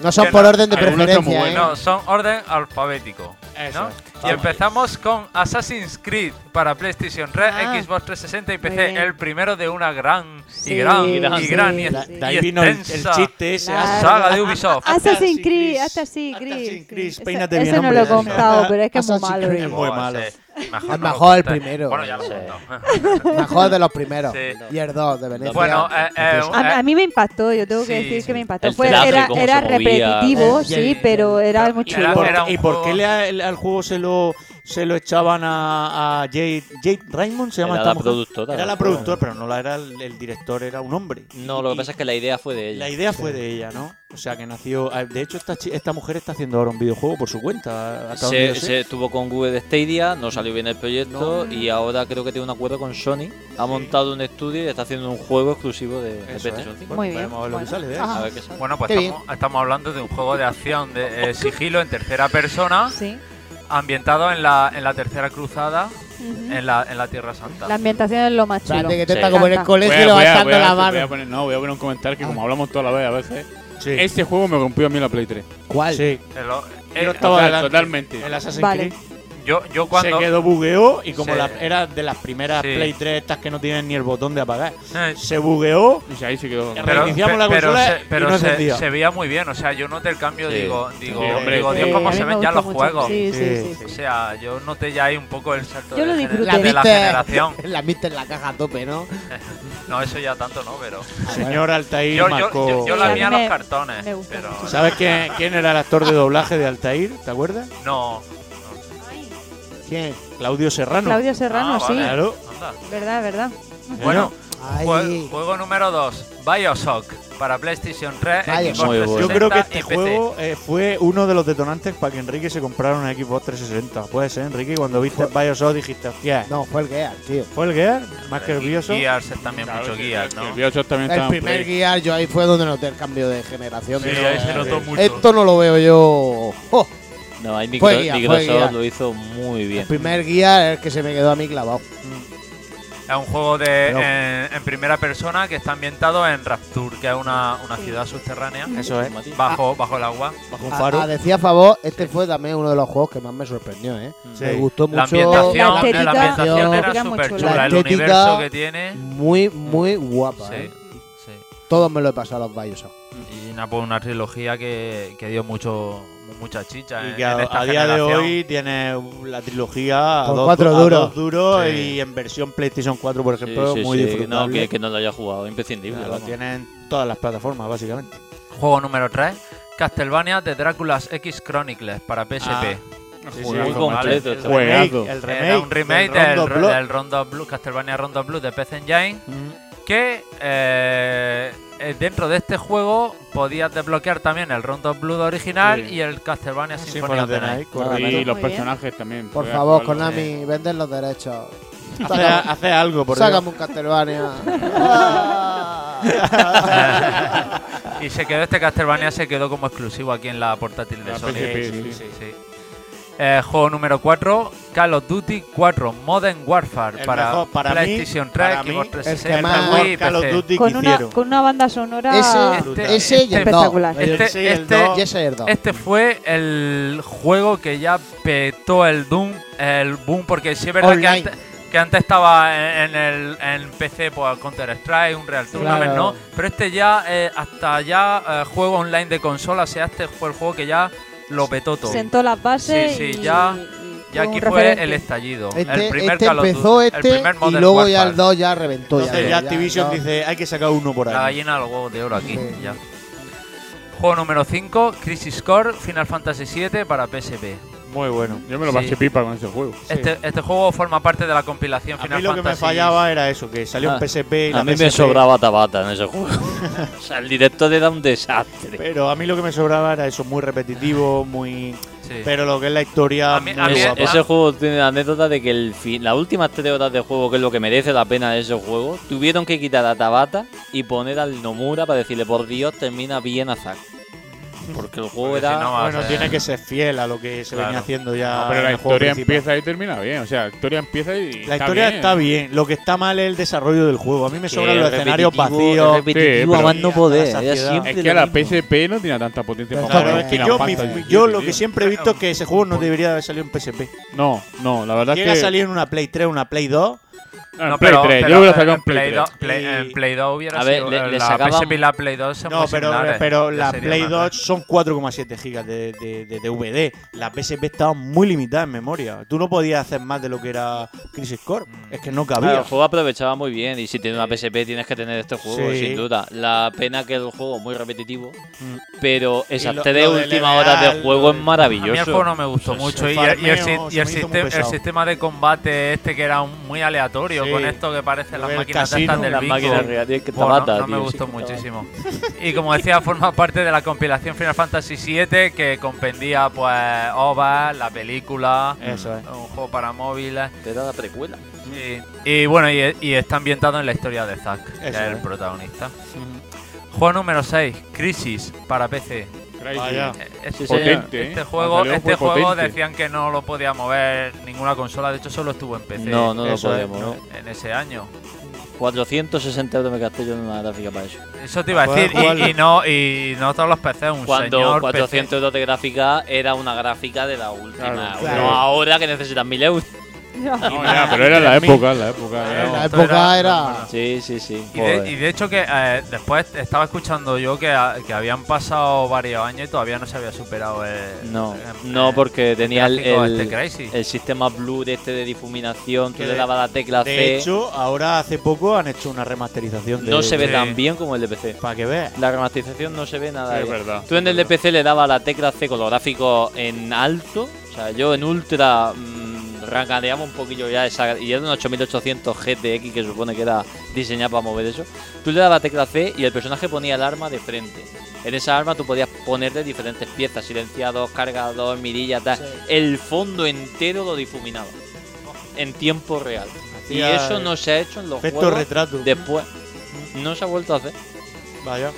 No son
Que
por orden de
algunos son muy
preferencia, ¿eh?
buenos. No, son orden alfabético. ¿no? Y empezamos con Assassin's Creed para PlayStation 3,
Ah.
Xbox 360 y
Muy
PC.
bien.
El primero de una gran
Sí,
y gran y gran
sí,
y,
sí.
y
De ahí vino el- el
extensa
chiste ese, Claro.
saga de Ubisoft.
Assassin's Creed, Assassin's Creed. Ese-
peínate
ese
bien,
no
hombre.
lo he contado, pero es que es muy
Assassin's
malo.
Creed.
Es muy malo.
Mejor
Es
no lo
mejor el
conté.
primero.
Bueno, ya lo sé.
Mejor de los primeros.
Sí.
Y el 2 de Venecia.
Bueno, eh, eh,
A, mí- a mí me impactó, yo tengo que
sí,
decir que me impactó.
El
Fue-
traje,
era
cómo
era
se movía.
repetitivo,
El-
sí,
el-
pero era muy chulo.
¿Y por,
era un
y por
juego-
qué le- al, al juego se lo, se lo echaban a, a Jade, Jade Raymond? ¿Se llama
Era
esta
la
mujer?
productora.
Era la productora, pero no la era el, el director, era un hombre.
No, lo que pasa es que la idea fue de ella.
La idea fue de ella, ¿no? O sea, que nació. ah, De hecho, esta, chi- esta mujer está haciendo ahora un videojuego por su cuenta. hasta donde
Se,
yo sé.
se estuvo con Google Stadia, no salió bien el proyecto y ahora creo que tiene un acuerdo con Sony. Ha montado un estudio y está haciendo un juego exclusivo de, de PlayStation 5.
Muy bien, Veremos a ver lo que bueno. sale de
Ah.
ahí.
Ah.
A ver qué sale. Bueno, pues
Qué bien.
estamos, estamos hablando de un juego de acción de eh, sigilo en tercera persona, ambientado en la, en la tercera cruzada,
Ujú.
en, la, en la Tierra Santa.
La ambientación es lo más chulo. Eh,
Espérate, que te
Me
está como en el
encanta.
colegio
Voy a- voy a-
levantando
voy a-
la
voy a
mano.
poner- no, voy a poner un comentario que como hablamos toda la vez a veces. Este juego me rompió a mí la Play 3.
¿Cuál?
Sí.
El o-
Yo
eh,
estaba
total-
delante.
totalmente.
El Assassin's
Vale.
Creed.
Yo, yo cuando.
Se quedó bugueó y como
Se-
la- era de las primeras
Sí.
Play 3 estas que no tienen ni el botón de apagar,
Eh.
se bugueó.
Y ahí se quedó.
Pero,
Reiniciamos la
pe- pero
consola
se, pero
y no
se,
encendía.
se veía muy bien, o sea, yo noté el cambio,
Sí.
digo, digo,
Sí, hombre.
digo, Dios,
Sí,
cómo
a mí
se
me
ven ya
gustó
los
mucho.
juegos.
Sí, sí, Sí.
O sea, yo noté ya ahí un poco el salto
Yo
de,
lo
gener-
disfruté.
de la, generación.
[LAUGHS] la viste en la caja a tope, ¿no?
No, eso ya tanto no, pero.
Señor Altair
Yo, yo,
marcó-
yo- yo la
Sí, a
vi
mí
a
me-
los cartones,
me gusta
pero.
mucho.
¿Sabes quién, quién era el actor de doblaje de Altair? ¿Te acuerdas?
No.
¿Quién? Claudio Serrano.
Claudio Serrano,
Ah, vale.
sí.
Claro.
Anda.
Verdad, verdad.
Bueno,
Ay.
jue- juego número 2, Bioshock, para PlayStation 3, Xbox
Muy bueno.
360
Yo creo que este
y PC.
juego eh, fue uno de los detonantes para que Enrique se comprara un Xbox 360. Puede ser, Enrique, cuando viste Bioshock dijiste, hostia.
No, fue el Gear, tío.
¿Fue el Gear? Más que el
Y
Bioshock.
Gears es también mucho Gears, ¿no?
El Bioshock también
El
estaba en
primer
Play.
guiar, yo ahí fue donde noté el cambio de generación.
Sí,
Digo,
ahí se
eh,
notó mucho.
Esto no lo veo yo. Oh,
No, ahí
Fue
Micro-
guía, fue
Microsoft
guía.
lo hizo muy bien.
el primer guiar es el que se me quedó a mí clavado.
Es un juego de,
No.
en, en primera persona que está ambientado en Rapture, que es una, una ciudad subterránea.
Eso es.
Ah.
Bajo, bajo el agua. Bajo
A- a decir a favor, este fue también uno de los juegos que más me sorprendió, ¿eh?
Sí.
Me gustó mucho.
La ambientación- La estética- la ambientación era
la
superchula, el
estética
universo que tiene.
Muy, muy guapa,
Sí,
¿eh?
sí.
Todos me lo he pasado a los Bioshock.
Y una, pues, una trilogía que, que dio mucho mucha chicha.
Y
en-
que
en
a,
esta
a día de
generación.
hoy tiene la trilogía a
Por
dos,
cuatro
a
duros.
dos duros
Sí.
y en versión PlayStation 4, por ejemplo,
sí,
muy
sí,
disfrutable.
No, que, que no lo haya jugado, imprescindible.
Lo
vamos.
tienen todas las plataformas, básicamente.
Juego número 3, Castlevania de Dráculas X Chronicles para PSP.
Ah, sí, sí, Muy
Vale,
completo,
este
el
juegazo.
remake,
El
Era un remake
remake
del
del
Rondo,
Rondo
Blue.
Blue.
Castlevania Rondo Blue de PC Engine, que eh, eh, dentro de este juego podías desbloquear también el Rondo Blue original
Sí.
y el Castlevania
Sí,
Symphony of the Night.
Y los personajes también. pues,
Por
podías
favor,
jugarlos.
Konami, venden los
[LAUGHS]
derechos.
Ah,
Hace-
Sácame-
hace algo, por
Sácame
Dios.
un Castlevania. Ah.
y se quedó este Castlevania se quedó como exclusivo aquí en la portátil de
La
Sony. Sí,
PSP, sí.
sí, sí. Eh, juego número 4, Call of Duty 4 Modern Warfare
El
para,
mejor- para mí-
PlayStation 3,
para mí,
Xbox
el que
360,
más
Wii,
Call of
PC.
Duty
Con una, con una banda sonora
Este- este-
espectacular.
Este, este- este fue el juego que ya petó el Doom, el boom, porque sí es verdad que
Online.
antes, que antes estaba en, en el en PC pues, Counter Strike, un Real Tournament,
Claro.
¿no? Pero este ya, eh, hasta ya eh, juego online de consola, o sea, este fue el juego que ya lo petó todo.
Sentó las bases
Sí, sí,
y-
ya,
y
ya
fue un
aquí
referente.
fue el estallido.
Este,
el primer
este
Call of Duty,
empezó
el
este
primer
y
Modern
luego ya
Warfare.
el 2 ya reventó.
Entonces ya,
ya,
Activision
ya-
dice, hay que sacar uno por ahí.
La gallina de los huevos de oro aquí, ya. Juego número 5, Crisis Core, Final Fantasy VII para PSP.
Muy bueno.
Yo me lo
Sí.
pasé pipa con ese juego.
Este, este juego forma parte de la compilación
A
Final
mí lo que me
Fantasy.
fallaba era eso, que salió
Ah,
un PSP y la
A mí me
PSP
sobraba Tabata en ese juego. [LAUGHS] o sea, el director era un desastre.
Pero a mí lo que me sobraba era eso, muy repetitivo, muy...
Sí.
Pero lo que es la historia... muy
Ese-
guapa.
ese juego tiene la anécdota de que el fi- las últimas tres horas de juego, que es lo que merece la pena de ese juego, tuvieron que quitar a Tabata y poner al Nomura para decirle, por Dios, termina bien a Zack. Porque el juego era.
bueno, tiene que ser fiel a lo que se venía haciendo ya.
No, pero
en
la
Ah, el juego
historia
principal.
empieza y termina bien. O sea, la historia empieza y.
La historia está bien, lo que está mal es el desarrollo del juego. A mí me sobran los escenarios vacíos.
pero-
La saciedad.
Es que la PSP no tiene tanta potencia para
Claro,
jugar
es que
Final
yo, mi-
Fantasy.
yo lo que siempre he visto es que ese juego no debería haber salido en PSP.
No, no, la verdad es
Llega
que.
a salir en una Play 3, una Play 2.
No, en Play pero- 3, yo pero hubiera sacado en en Play Play
Play
3.
do- Play- en Play 2 hubiera
A ver,
sido.
le-
eh,
le
la
sacaban-
PSP y la Play 2 son
No,
muy
pero,
similares.
pero
Ya
la
sería
Play
más
2 son 4,7 gigas de, de- de DVD. La PSP estaba muy limitada en memoria. Tú no podías hacer más de lo que era Crisis Core.
Mm.
Es que no cabía.
Claro, el juego aprovechaba muy bien y si tienes una PSP tienes que tener este juego,
Sí.
sin duda. La pena que el juego es muy repetitivo,
Mm.
pero esas
Y lo-
tres
lo del
últimas
LBA,
horas de
lo
juego es
de-
maravilloso.
A mí el juego no me gustó mucho. Y, y el- y el, si- y el sistem- el sistema de combate este que era un- muy aleatorio,
Sí.
con esto que parecen las
El
máquinas
casino,
estas del
las
bingo.
máquinas reales que te
Buah, no-
matan,
no, me
tío,
gustó
sí que te
muchísimo. Y como decía, forma parte de la compilación Final Fantasy VII que compendía pues OVA, la película,
Eso es.
un juego para móviles.
Te da la precuela.
Sí. Y bueno, y, y está ambientado en la historia de Zack, que es
Eso
el
es.
protagonista. Juego número 6, Crisis para PC.
Crisis. Vaya.
Eh, Este,
Sí, señor. Potente,
este
¿eh?
juego,
Cuando salió
este
fue
juego
potente.
decían que no lo podía mover ninguna consola, de hecho solo estuvo en PC.
No, no lo ¿eh?
Eso
podía
es,
mover.
no, En ese año.
460 euros me gasté yo en una gráfica para eso.
Eso te iba a decir, y, y no, y no todos los PCs, un
Cuando
señor
400 euros de gráfica era una gráfica de la última.
Claro,
No
claro.
ahora que necesitas 1000 euros.
[LAUGHS]
No, ya, pero era la época, la época.
era-
era-
Sí, sí, sí.
Y de, y de hecho que eh, después estaba escuchando yo que, ah, que habían pasado varios años y todavía no se había superado el...
No,
el-
no, porque tenía el,
gráfico
el-
este Crysis.
el sistema Blue de este de difuminación, tú
Que
le
de-
dabas la tecla
de
C.
hecho, ahora hace poco han hecho una remasterización de
no se ve
de-
tan bien como el de PC.
Para que veas.
La remasterización no se ve nada.
Sí, es
bien.
verdad,
Tú en el de PC le dabas la tecla C con los gráficos en alto. O sea, yo en ultra mm, rancadeaba un poquillo ya esa. Y era un 8800 GTX que supone que era diseñada para mover eso. Tú le dabas la tecla C y el personaje ponía el arma de frente. En esa arma tú podías ponerle diferentes piezas: silenciados, cargador, mirillas, tal. El fondo entero lo difuminaba. En tiempo real. Y
Hacía
eso no se ha hecho en los
efecto
juegos
retrato.
después. No se ha vuelto a hacer.
Vaya.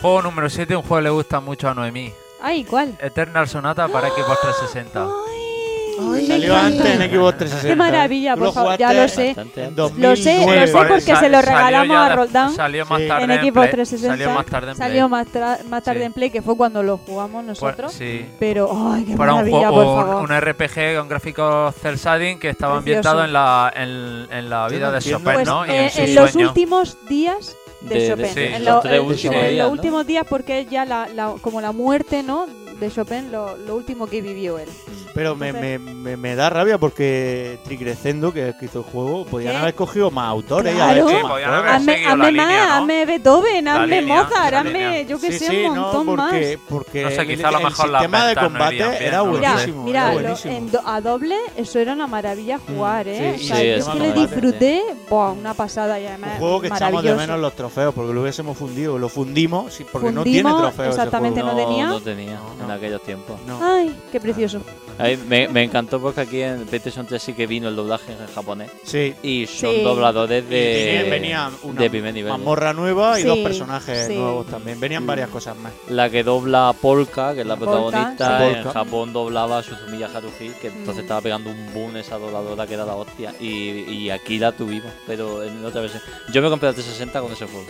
Juego número 7, un juego que le gusta mucho a Noemí.
Ay, ¿cuál?
Eternal Sonata para Xbox 360.
Ay,
Salió
me
antes en
encanta.
Xbox 360.
Qué maravilla,
Tú lo
por favor, ya
jugaste
lo sé.
bastante antes.
Lo sé, lo
2009.
sé porque se lo
Salió ya
regalamos
de-
a Roldán
salió más
en
tarde en
Xbox
Play,
360.
salió más tarde en
Salió
Play.
más tra- más
Sí.
tarde
Pues,
en Play, que fue cuando lo jugamos nosotros.
sí.
Pero, ay, qué
Para un,
maravilla,
juego-
por
un-
favor.
un RPG con gráficos cel shading que estaba
Precioso.
ambientado en la, en, en la vida de Chopin,
Pues,
¿no? Y
eh,
su
en los
sueño.
últimos días de,
De- de-
Chopin.
sí,
en
los
lo-
tres
en-
últimos
en
días,
los
¿no?
últimos días, porque es ya la, la- como la muerte ¿no? de Chopin, lo, lo último que vivió él.
Pero me, me, me, me da rabia porque Trigrecendo, que ha escrito el juego, podían
¿Qué?
haber cogido más autores. y
Claro.
haber hecho
Sí, Ah,
más
podían
juegos.
haber Hazme- seguido la hazme línea, más, ¿no? hazme Beethoven, La hazme línea, Mozart, la hazme, línea. yo qué
Sí,
sé,
sí,
un
no,
montón
porque,
más.
Porque
No sé,
el-
quizá a lo
el
mejor las
sistema de
ventas no
combate
irían bien,
era
¿no? Mira,
Mira,
buenísimo.
mira,
era
lo-
buenísimo.
en do- a doble eso era una maravilla jugar, ¿eh?
sí,
O sea,
sí,
yo
es
es que lo
maravilla.
disfruté, buah, una pasada y además
Un juego que echamos de
maravilloso.
menos los trofeos porque lo hubiésemos fundido. Lo fundimos sí, porque no tiene
Fundimos,
trofeos. ese
exactamente, Ah.
juego.
no tenía.
No tenía en aquellos tiempos.
Ay, qué precioso.
A mí me, me encantó porque aquí en PlayStation 3 sí que vino el doblaje en japonés.
Sí.
Y son
Sí.
dobladores
Y
de,
venía- venía una
de primer nivel.
Mazmorra nueva y
Sí,
dos personajes
sí.
nuevos también. Venían varias cosas más.
La que dobla a Polka, que es la
Polka,
protagonista,
sí.
en
Polka.
Japón doblaba a Suzumiya Haruhi, que entonces estaba pegando un boom esa dobladora que era la hostia. Y, y aquí la tuvimos, pero en otra versión. Yo me compré la 360 con ese juego.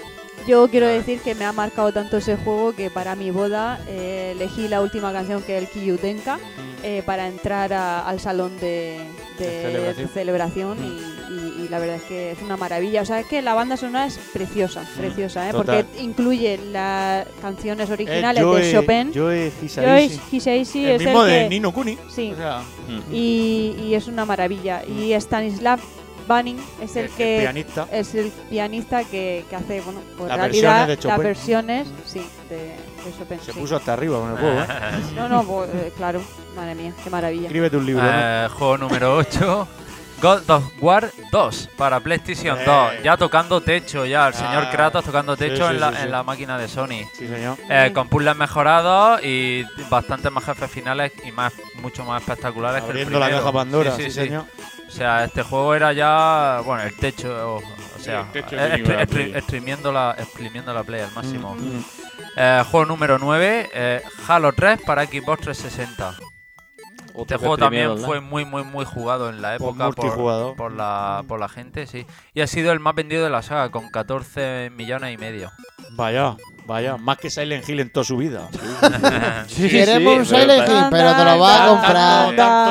Yo quiero decir que me ha marcado tanto ese juego que para mi boda eh, elegí la última canción que es el Kiyutenka
Mm.
eh, para entrar a- al salón de, de-
De celebración.
de celebración y,
Mm.
y- y la verdad es que es una maravilla. O sea, es que la banda sonora es preciosa, preciosa, ¿eh?
Mm. Total.
porque incluye las canciones
Eh,
originales
Joe-
de Chopin.
Joe
Joe
Hisaishi.
Hisaishi
el
es
mismo
el
de
que-
Nino Kuni.
Sí.
O sea, Mm.
y, y es una maravilla. Y Stanislav Banning es
El-
el,
el
que
pianista.
es el pianista que, que hace, bueno, pues
Las
en realidad
versiones de
las
Chopin.
versiones, sí, de, de Chopin.
se
sí.
puso hasta arriba con el juego. ¿eh?
No, no, pues, eh, claro, madre mía, qué maravilla.
Escríbete un libro.
Ah,
¿no?
Eh, juego número 8. God of War 2 para PlayStation 2. Ya tocando techo, ya. El señor
Eh. Ah,
Kratos tocando
sí,
techo
sí,
en, la,
sí, sí.
en la máquina de Sony.
Sí, señor.
Eh, con puzzles mejorados y bastantes más jefes finales y más mucho más espectaculares que
Abriendo
el
la
primero.
caja Pandora, sí, señor.
O sea, este juego era ya, bueno, el techo, o, o sea,
el techo
eh,
de
estri-
nivel,
estri-
sí.
exprimiendo la, exprimiendo la play al máximo.
Mm, mm.
Eh, juego número 9, eh, Halo 3 para Xbox 360. Este
Otro que
juego también
primero, ¿no?
fue muy, muy, muy jugado en la
Por
época por,
Pues multijugador.
por la, por la gente, sí. Y ha sido el más vendido de la saga, con 14 millones y medio.
Vaya, vaya. Más que Silent Hill en toda su vida.
Queremos un Silent Hill, pero te lo vas a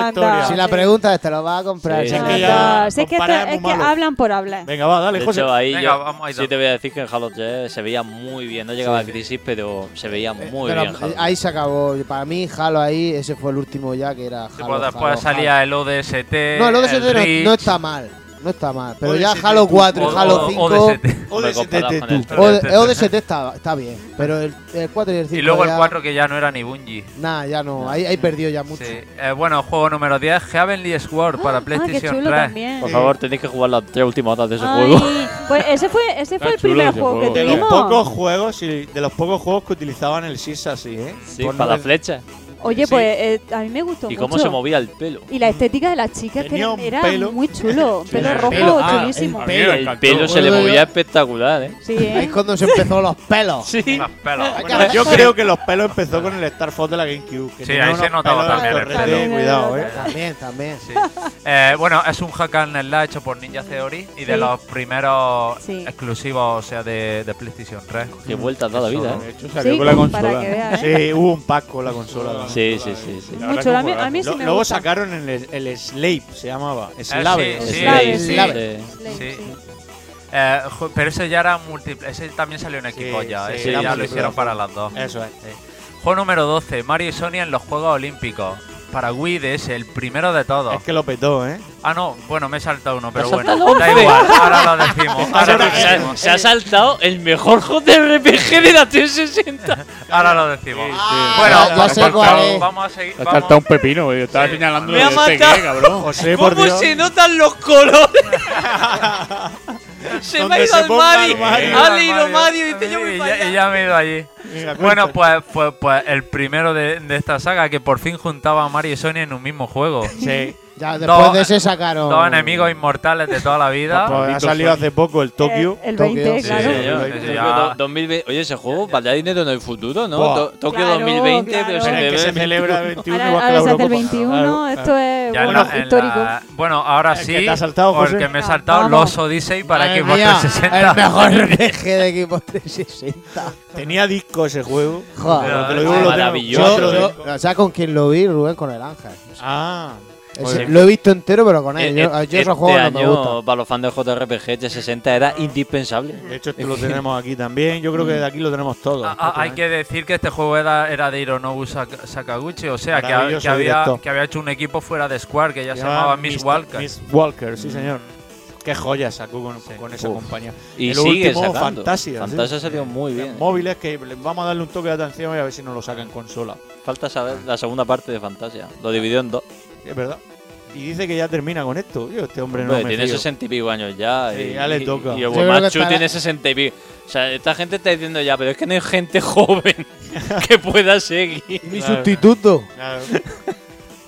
comprar. si la
sí.
pregunta es, te lo vas a comprar.
Sí.
chaval.
Es que
Ah, sé que, esto- es que hablan por hablar. Ah,
Venga, va, dale,
de
José.
hecho, ahí
Venga,
yo
vamos a ir
sí te voy a decir que en Halo 3 se veía muy bien. No llegaba a crisis, pero se veía
Eh,
muy
Pero
bien Halo.
ahí se acabó. Para mí, Halo ahí, ese fue el último ya que era Halo.
Pues después
Halo,
salía
Halo.
el ODST.
No, el ODST no-
Reach.
no está mal. No está mal. Pero ya
ODST,
Halo 4,
o-
Halo
o-
5.
ODST. Hombre,
ODST,
comparado con
tú.
el tres.
OD- ODST está, está bien. Pero el, el 4 y el 5.
Y
pues
luego el
ya-
4 que ya no era ni Bungie.
Nah, ya no. Ahí, ahí perdió ya mucho.
Sí. Eh, bueno, juego número 10, Heavenly Sword para PlayStation 3.
Por favor, tenéis que jugar las tres últimas horas de ese
Ay,
juego.
pues ese fue, ese fue el
chulo
primer
ese
juego que
De los
tuvimos.
pocos juegos, sí, de los pocos juegos que utilizaban el SIS así, ¿eh?
Sí, para la flecha.
Oye, pues eh, a mí me gustó
Y
mucho.
cómo se movía el pelo.
Y la estética de las chicas que
Tenía
era,
un pelo.
muy chulo.
Sí,
Pelo
el
rojo,
pelo. Ah,
chulísimo.
el pelo, el pelo se le movía espectacular, ¿eh?
Sí, ¿eh?
Ahí es cuando se empezó los pelos.
Sí.
Yo creo que los pelos empezó con el Star Fox de la GameCube. Que
Sí,
tenía
ahí se
unos
notaba
pelos
también el
torretes,
pelo.
Cuidado, eh.
También, también. Sí.
Eh, bueno, es un hack and slash hecho por Ninja Theory y de
Sí.
los primeros
Sí.
exclusivos, o sea, de, de PlayStation 3.
Qué vuelta da la
Eso,
vida,
¿no?
¿eh?
Salió con la consola. Sí, hubo un pack con la consola.
Sí, sí, sí. sí.
La verdad
chulo,
que
a mí-
juegazo.
a mí sí
Lo-
me
Luego
gusta.
sacaron el, el Slave, se llamaba.
Ah,
Slave.
sí, sí, sí, sí, sí, sí. Eh, jo- pero ese ya era múltiple, ese también salió en equipo ya,
sí,
ese
era
ya lo
multiplayer.
hicieron para las dos.
Eso es. eh.
Sí. Juego número 12, Mario y Sony en los Juegos Olímpicos. Para Wii DS, el primero de todos.
Es que lo petó, ¿eh?
Ah, no, bueno, me he saltado uno, pero
¿Te has
bueno,
saltado
da
once?
igual, ahora lo
[LAUGHS]
decimos. Ahora lo
Se ha,
decimos.
se ha saltado el mejor JRPG de la 360.
Ahora lo decimos.
Bueno,
Ah,
Bueno, pues,
ya sé
vamos,
cuál es.
vamos a seguir.
Ha
vamos-
saltado un pepino, güey. Estaba señalando
Me ha
de este
matado.
que, cabrón.
José,
por
¿Cómo
Dios.
se notan los colores? se me
Donde
ha ido
se
al
ponga
Mario.
el Mario.
Ha leído
Mario.
Mario y dice yo voy
Y
para
ya,
allá.
y ya me he ido allí.
Venga, cuenta.
bueno, pues, pues, pues el primero de, de esta saga que por fin juntaba a Mario y Sony en un mismo juego.
Sí.
Ya, después
Dos-
de ese sacaron.
Dos enemigos inmortales de toda la vida.
Pues ha salido hace poco el Tokio.
El
Sí, señor. Sí, señor. Do- 2020. Oye, ese juego valdrá dinero en el futuro, ¿no?
Buah.
To- Tokio
Claro,
2020, pero
claro.
se,
Es que
debe-
se celebra el 21
Ahora- igual que ahora la se hace el Eurocopa. 21, esto es,
Ya en
bueno,
la- en
histórico.
la- bueno, ahora
¿El
sí,
que te has saltado,
porque
José?
me he saltado
Vamos.
Los Odyssey para
Madre
Xbox
mía,
360.
El mejor RPG de Xbox 360.
Tenía disco ese juego.
Joder.
Pero te
Ah,
lo digo, lo tengo.
Yo-
Yo-
¿eh?
yo- o sea, con quien lo vi, Rubén, con el Ángel.
Ah.
Ese-
Muy
pues
bien.
lo he visto entero, pero
E-
con él.
Eh,
Yo,
eh,
yo
este
esos juegos no
año,
me gustan.
para los fans de JRPG, T60 este era indispensable. De
hecho, esto lo tenemos aquí también. Yo creo que de aquí lo tenemos todo.
Ah, hay que decir que este juego era, era de Hironobu Sak- Sakaguchi, o sea, que, ha- que
Maravilloso
había,
director.
que había hecho un equipo fuera de Square que ya se
Llamaba
llamaba Miss
Mr.
Walker.
Miss Walker, sí, señor. Qué joya sacó con, con esa
Uf.
compañía.
Y
el
sigue
último,
sacando.
Fantasia. sí.
Fantasia salió muy bien.
Móviles que le- vamos a darle un toque de atención y a ver si nos lo sacan consola.
Falta saber la segunda parte de Fantasia. Lo dividió en dos.
Es verdad. Y dice que ya termina con esto. Tío, este hombre no
Hombre,
me
tiene
fío.
60 y pico años ya.
Sí,
y,
ya le
y-
toca.
Y
Yo
Obomachu
creo que
tiene 60 y pico. O sea, esta gente está diciendo ya, pero es que no hay gente [LAUGHS] joven que pueda seguir.
Mi sustituto.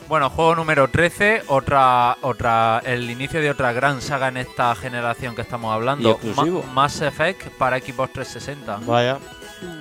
Bueno, juego número 13, otra, otra, el inicio de otra gran saga en esta generación que estamos
Y
hablando.
exclusivo.
Ma- Mass Effect para Xbox 360.
Vaya.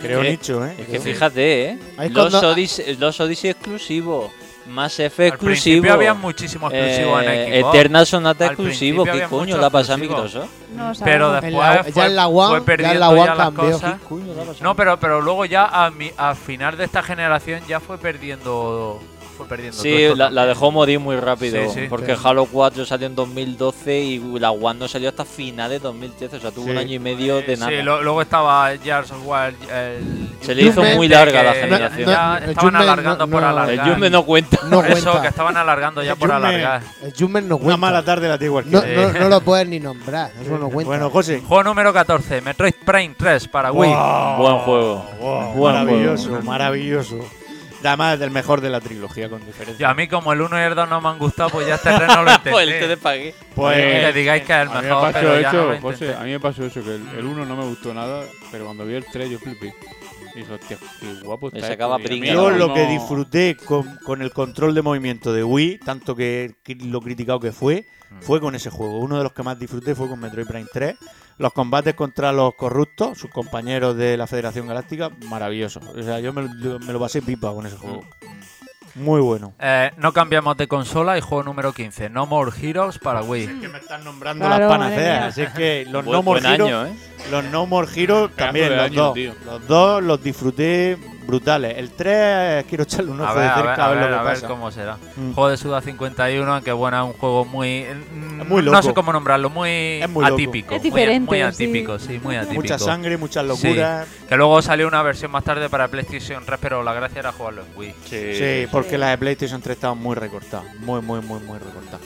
Creo
Que-
nicho, ¿eh?
Es que
Creo.
fíjate, ¿eh?
Ahí es
Los
cuando-
Odyssey, los Odyssey exclusivos. Más F
Al
exclusivo.
principio había muchísimos exclusivos en
eh,
Xbox.
Eternal Sonata
Al
exclusivo.
principio
¿Qué
había
coño
muchos
la pasa a
exclusivos.
Microsoft?
No
pero
sabemos.
después
En la- ya
fue,
en la One-
fue
ya en
perdiendo
la One
las
cambió.
cosas.
¿Qué coño le ha pasado?
No, pero, pero luego ya a, mi- a final de esta generación ya fue perdiendo. Fue perdiendo todo
Sí,
esto
la,
también.
la dejó morir muy rápido.
Sí, sí.
Porque
Sí.
Halo 4 salió en 2012 y la One no salió hasta finales de 2013. O sea, tuvo
Sí.
un año y medio de
Sí,
nada.
lo- luego estaba Gears of War, eh, el-
Se le hizo
Judgment,
muy larga la
que
generación.
ya
No, no, el
estaban
Judgment
alargando
no-
por
no.
alargar.
El Judgment no cuenta.
[LAUGHS]
No
Por Eso,
cuenta.
que estaban alargando ya
El
por
Judgment-
alargar.
El Jummer no cuenta.
mala tarde la tengo aquí.
No,
Sí.
no, no lo puedes ni nombrar. Eso no cuenta.
Bueno, José.
Juego número 14, Metroid Prime 3 para Wii.
Wow, wow,
Buen
maravilloso,
juego.
maravilloso. Además, del mejor de la trilogía, con
Y
diferencia.
a mí, como el 1 y el 2 no me han gustado, pues ya
[LAUGHS]
este 3 no lo entendí.
Pues el tres pagué.
Pues-
que digáis que es el
A mí me
mejor,
pasó
pero ya
eso,
no lo
José,
intenté.
a mí me pasó eso, que el, 1 no me gustó nada, pero cuando vi el 3 yo flipé. Y dije, hostia, qué guapo
Me
está
sacaba
esto. Y a mí
eh,
pringa.
el
Yo lo
uno-
que disfruté con, con el control de movimiento de Wii, tanto que que lo criticado que fue,
Mm.
fue con ese juego. Uno de los que más disfruté fue con Metroid Prime 3. Los combates contra los corruptos, sus compañeros de la Federación Galáctica, maravilloso. O sea, yo me, lo- me lo pasé pipa con ese juego. Muy bueno.
Eh, no cambiamos de consola y juego número 15, No More Heroes para Wii.
me están nombrando las panaceas. Así es que los
Buen-
No More
buen
Heroes,
año, ¿eh?
los No More Heroes también,
de
los
año,
dos.
tío.
Los dos los disfruté brutales. El 3 quiero echarle un
A
ojo
ver,
de
a ver,
cerca a ver,
a ver,
lo que
a ver
pasa.
cómo será.
Mm.
Juego de Suda 51, aunque bueno, es un juego muy. mm,
muy
No
loco.
sé cómo nombrarlo, muy,
Es muy loco.
atípico.
Es
muy-
diferente,
Muy,
sí.
atípico, sí. muy
Mucha
atípico.
sangre, muchas
Sí.
locuras.
Que luego salió una versión más tarde para PlayStation 3, pero la gracia era jugarlo en Wii.
Sí, porque las de PlayStation 3 estaban muy recortadas. Muy, muy, muy, muy recortadas.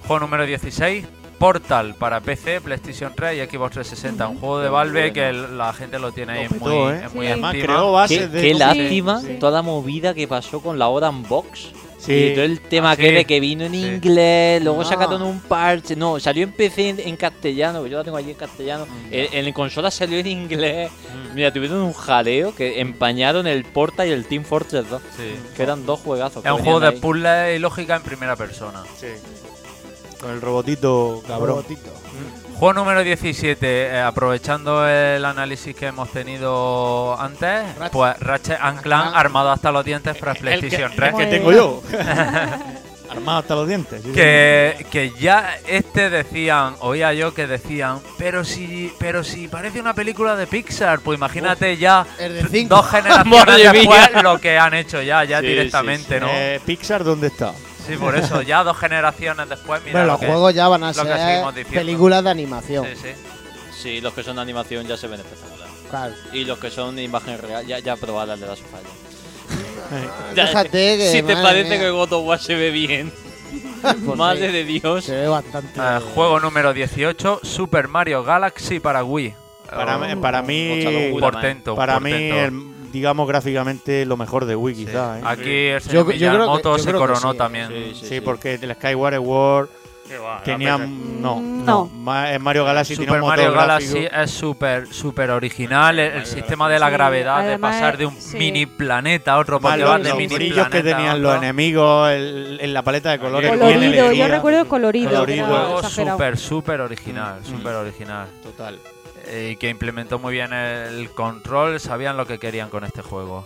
Juego número 16, Portal para PC, PlayStation 3 y Xbox 360. Un juego de Valve que el- la gente lo tiene ahí muy,
petó, ¿eh?
es muy
Sí. Además,
encima.
creó bases
Qué, qué lástima toda la movida que pasó con la Odan Box.
Sí.
Y todo el tema
Ah, sí.
que de que vino en inglés, luego
No.
sacaron un parche. No, salió en PC en, en castellano, que yo la tengo allí en castellano.
Mm.
En, en consola salió en inglés. Mira, tuvieron un jaleo que empañaron el Porta y el Team Fortress 2.
Sí.
Que eran dos juegazos. que
Es un juego de
[LAUGHS] venían ahí.
puzzle y lógica en primera persona.
Con el robotito cabrón.
Juego número 17, eh, aprovechando el análisis que hemos tenido antes, pues Ratchet and Clank armado hasta los dientes para PlayStation 3.
el que tengo
[LAUGHS]
yo. Armado hasta los dientes. sí,
que, que ya este decían, oía yo que decían, pero si, pero si parece una película de Pixar, pues imagínate ya dos
Madre
generaciones
mía.
después lo que han hecho ya, ya
Sí,
directamente,
sí, sí.
¿no?
Eh, Pixar, ¿dónde está?
Sí, por [LAUGHS] eso, ya dos generaciones después, eh, mira.
Pero
lo
los
que-
juegos ya van a
lo que seguimos
ser
diciendo.
películas de animación.
Sí, sí.
Sí, los que son de animación ya se ven espectaculares.
Claro.
Y los que son de imagen real, ya, ya probadas de la sofá.
Oh,
ya.
Déjate que,
si te
madre
parece
mía. Pues
que God of War se
[LAUGHS]
ve bien. Madre de Dios.
Se ve bastante.
Ah, juego número 18, Super Mario Galaxy para Wii.
Para, mí-
Oh,
para mí,
portento,
para mí
portento.
el- digamos gráficamente, lo mejor de Wii, quizás.
Ah, Aquí el señor Yo- yo creo que- Miyamoto yo se creo que coronó sí. también.
Sí,
Sí, sí, sí.
porque el Skyward World,
Qué va,
Tenía.
la
No,
No.
no. Ma- en Mario Galaxy
Super
tenía un motor
Mario
gráfico.
Galaxy eh, es súper súper original. El, el sistema de la
Sí,
gravedad, de
además,
pasar de un
sí.
mini planeta a otro,
Más
porque
los,
vas de
los
mini
brillos
planeta.
que tenían los enemigos, el- en la paleta de colores. que
Colorido,
tiene
yo
elegida.
recuerdo colorido, que
Colorido.
era
juego
exagerado.
súper, súper original,
Mm.
súper original. Eh,
Total.
Y que implementó muy bien el control, sabían lo que querían con este juego.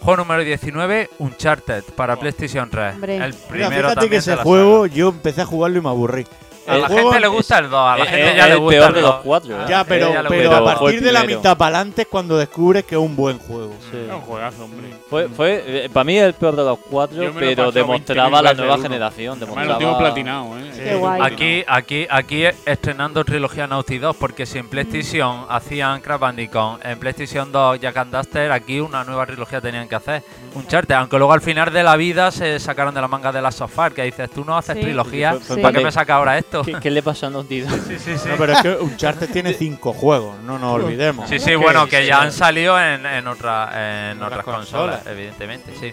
Juego número 19, Uncharted para PlayStation 3.
Hombre.
El
Mira,
primero
fíjate
también
que
de
ese
la
juego yo empecé a jugarlo y me aburrí.
A
El
la
juego-
gente le gusta el 2, a la
es-
gente
es
ya le
el
gusta
peor
el
de los
2.
cuatro, ¿eh?
Ya, pero,
Ella le
pero
gustó.
a
Fue
partir
el
de la
primero.
mitad para adelante es cuando descubres que es un buen juego.
Es un juegazo, hombre.
Fue, fue eh, para mí el peor de los
Yo
cuatro,
me lo he
pero
pasado
demostraba
20.000
la
veces
nueva
el uno.
generación.
Además,
Demostraba...
lo tengo platinado, ¿eh? Qué guay.
Aquí, aquí, aquí estrenando trilogía Naughty 2, porque si
Mm.
en PlayStation hacían Crash Bandicoot, en PlayStation 2 Jack and Duster, aquí una nueva trilogía tenían que hacer. Un charter, aunque luego al final de la vida se sacaron de la manga de la sofá, que dices, tú no haces
Sí.
trilogía,
Sí, sí.
¿para qué me saca ahora esto?
¿Qué, qué le pasa a Naughty Dog?
No, pero es que Uncharted tiene cinco juegos, no nos olvidemos.
Sí, sí, [LAUGHS] bueno, que ya han salido en, en otra, en otras consolas, evidentemente, sí.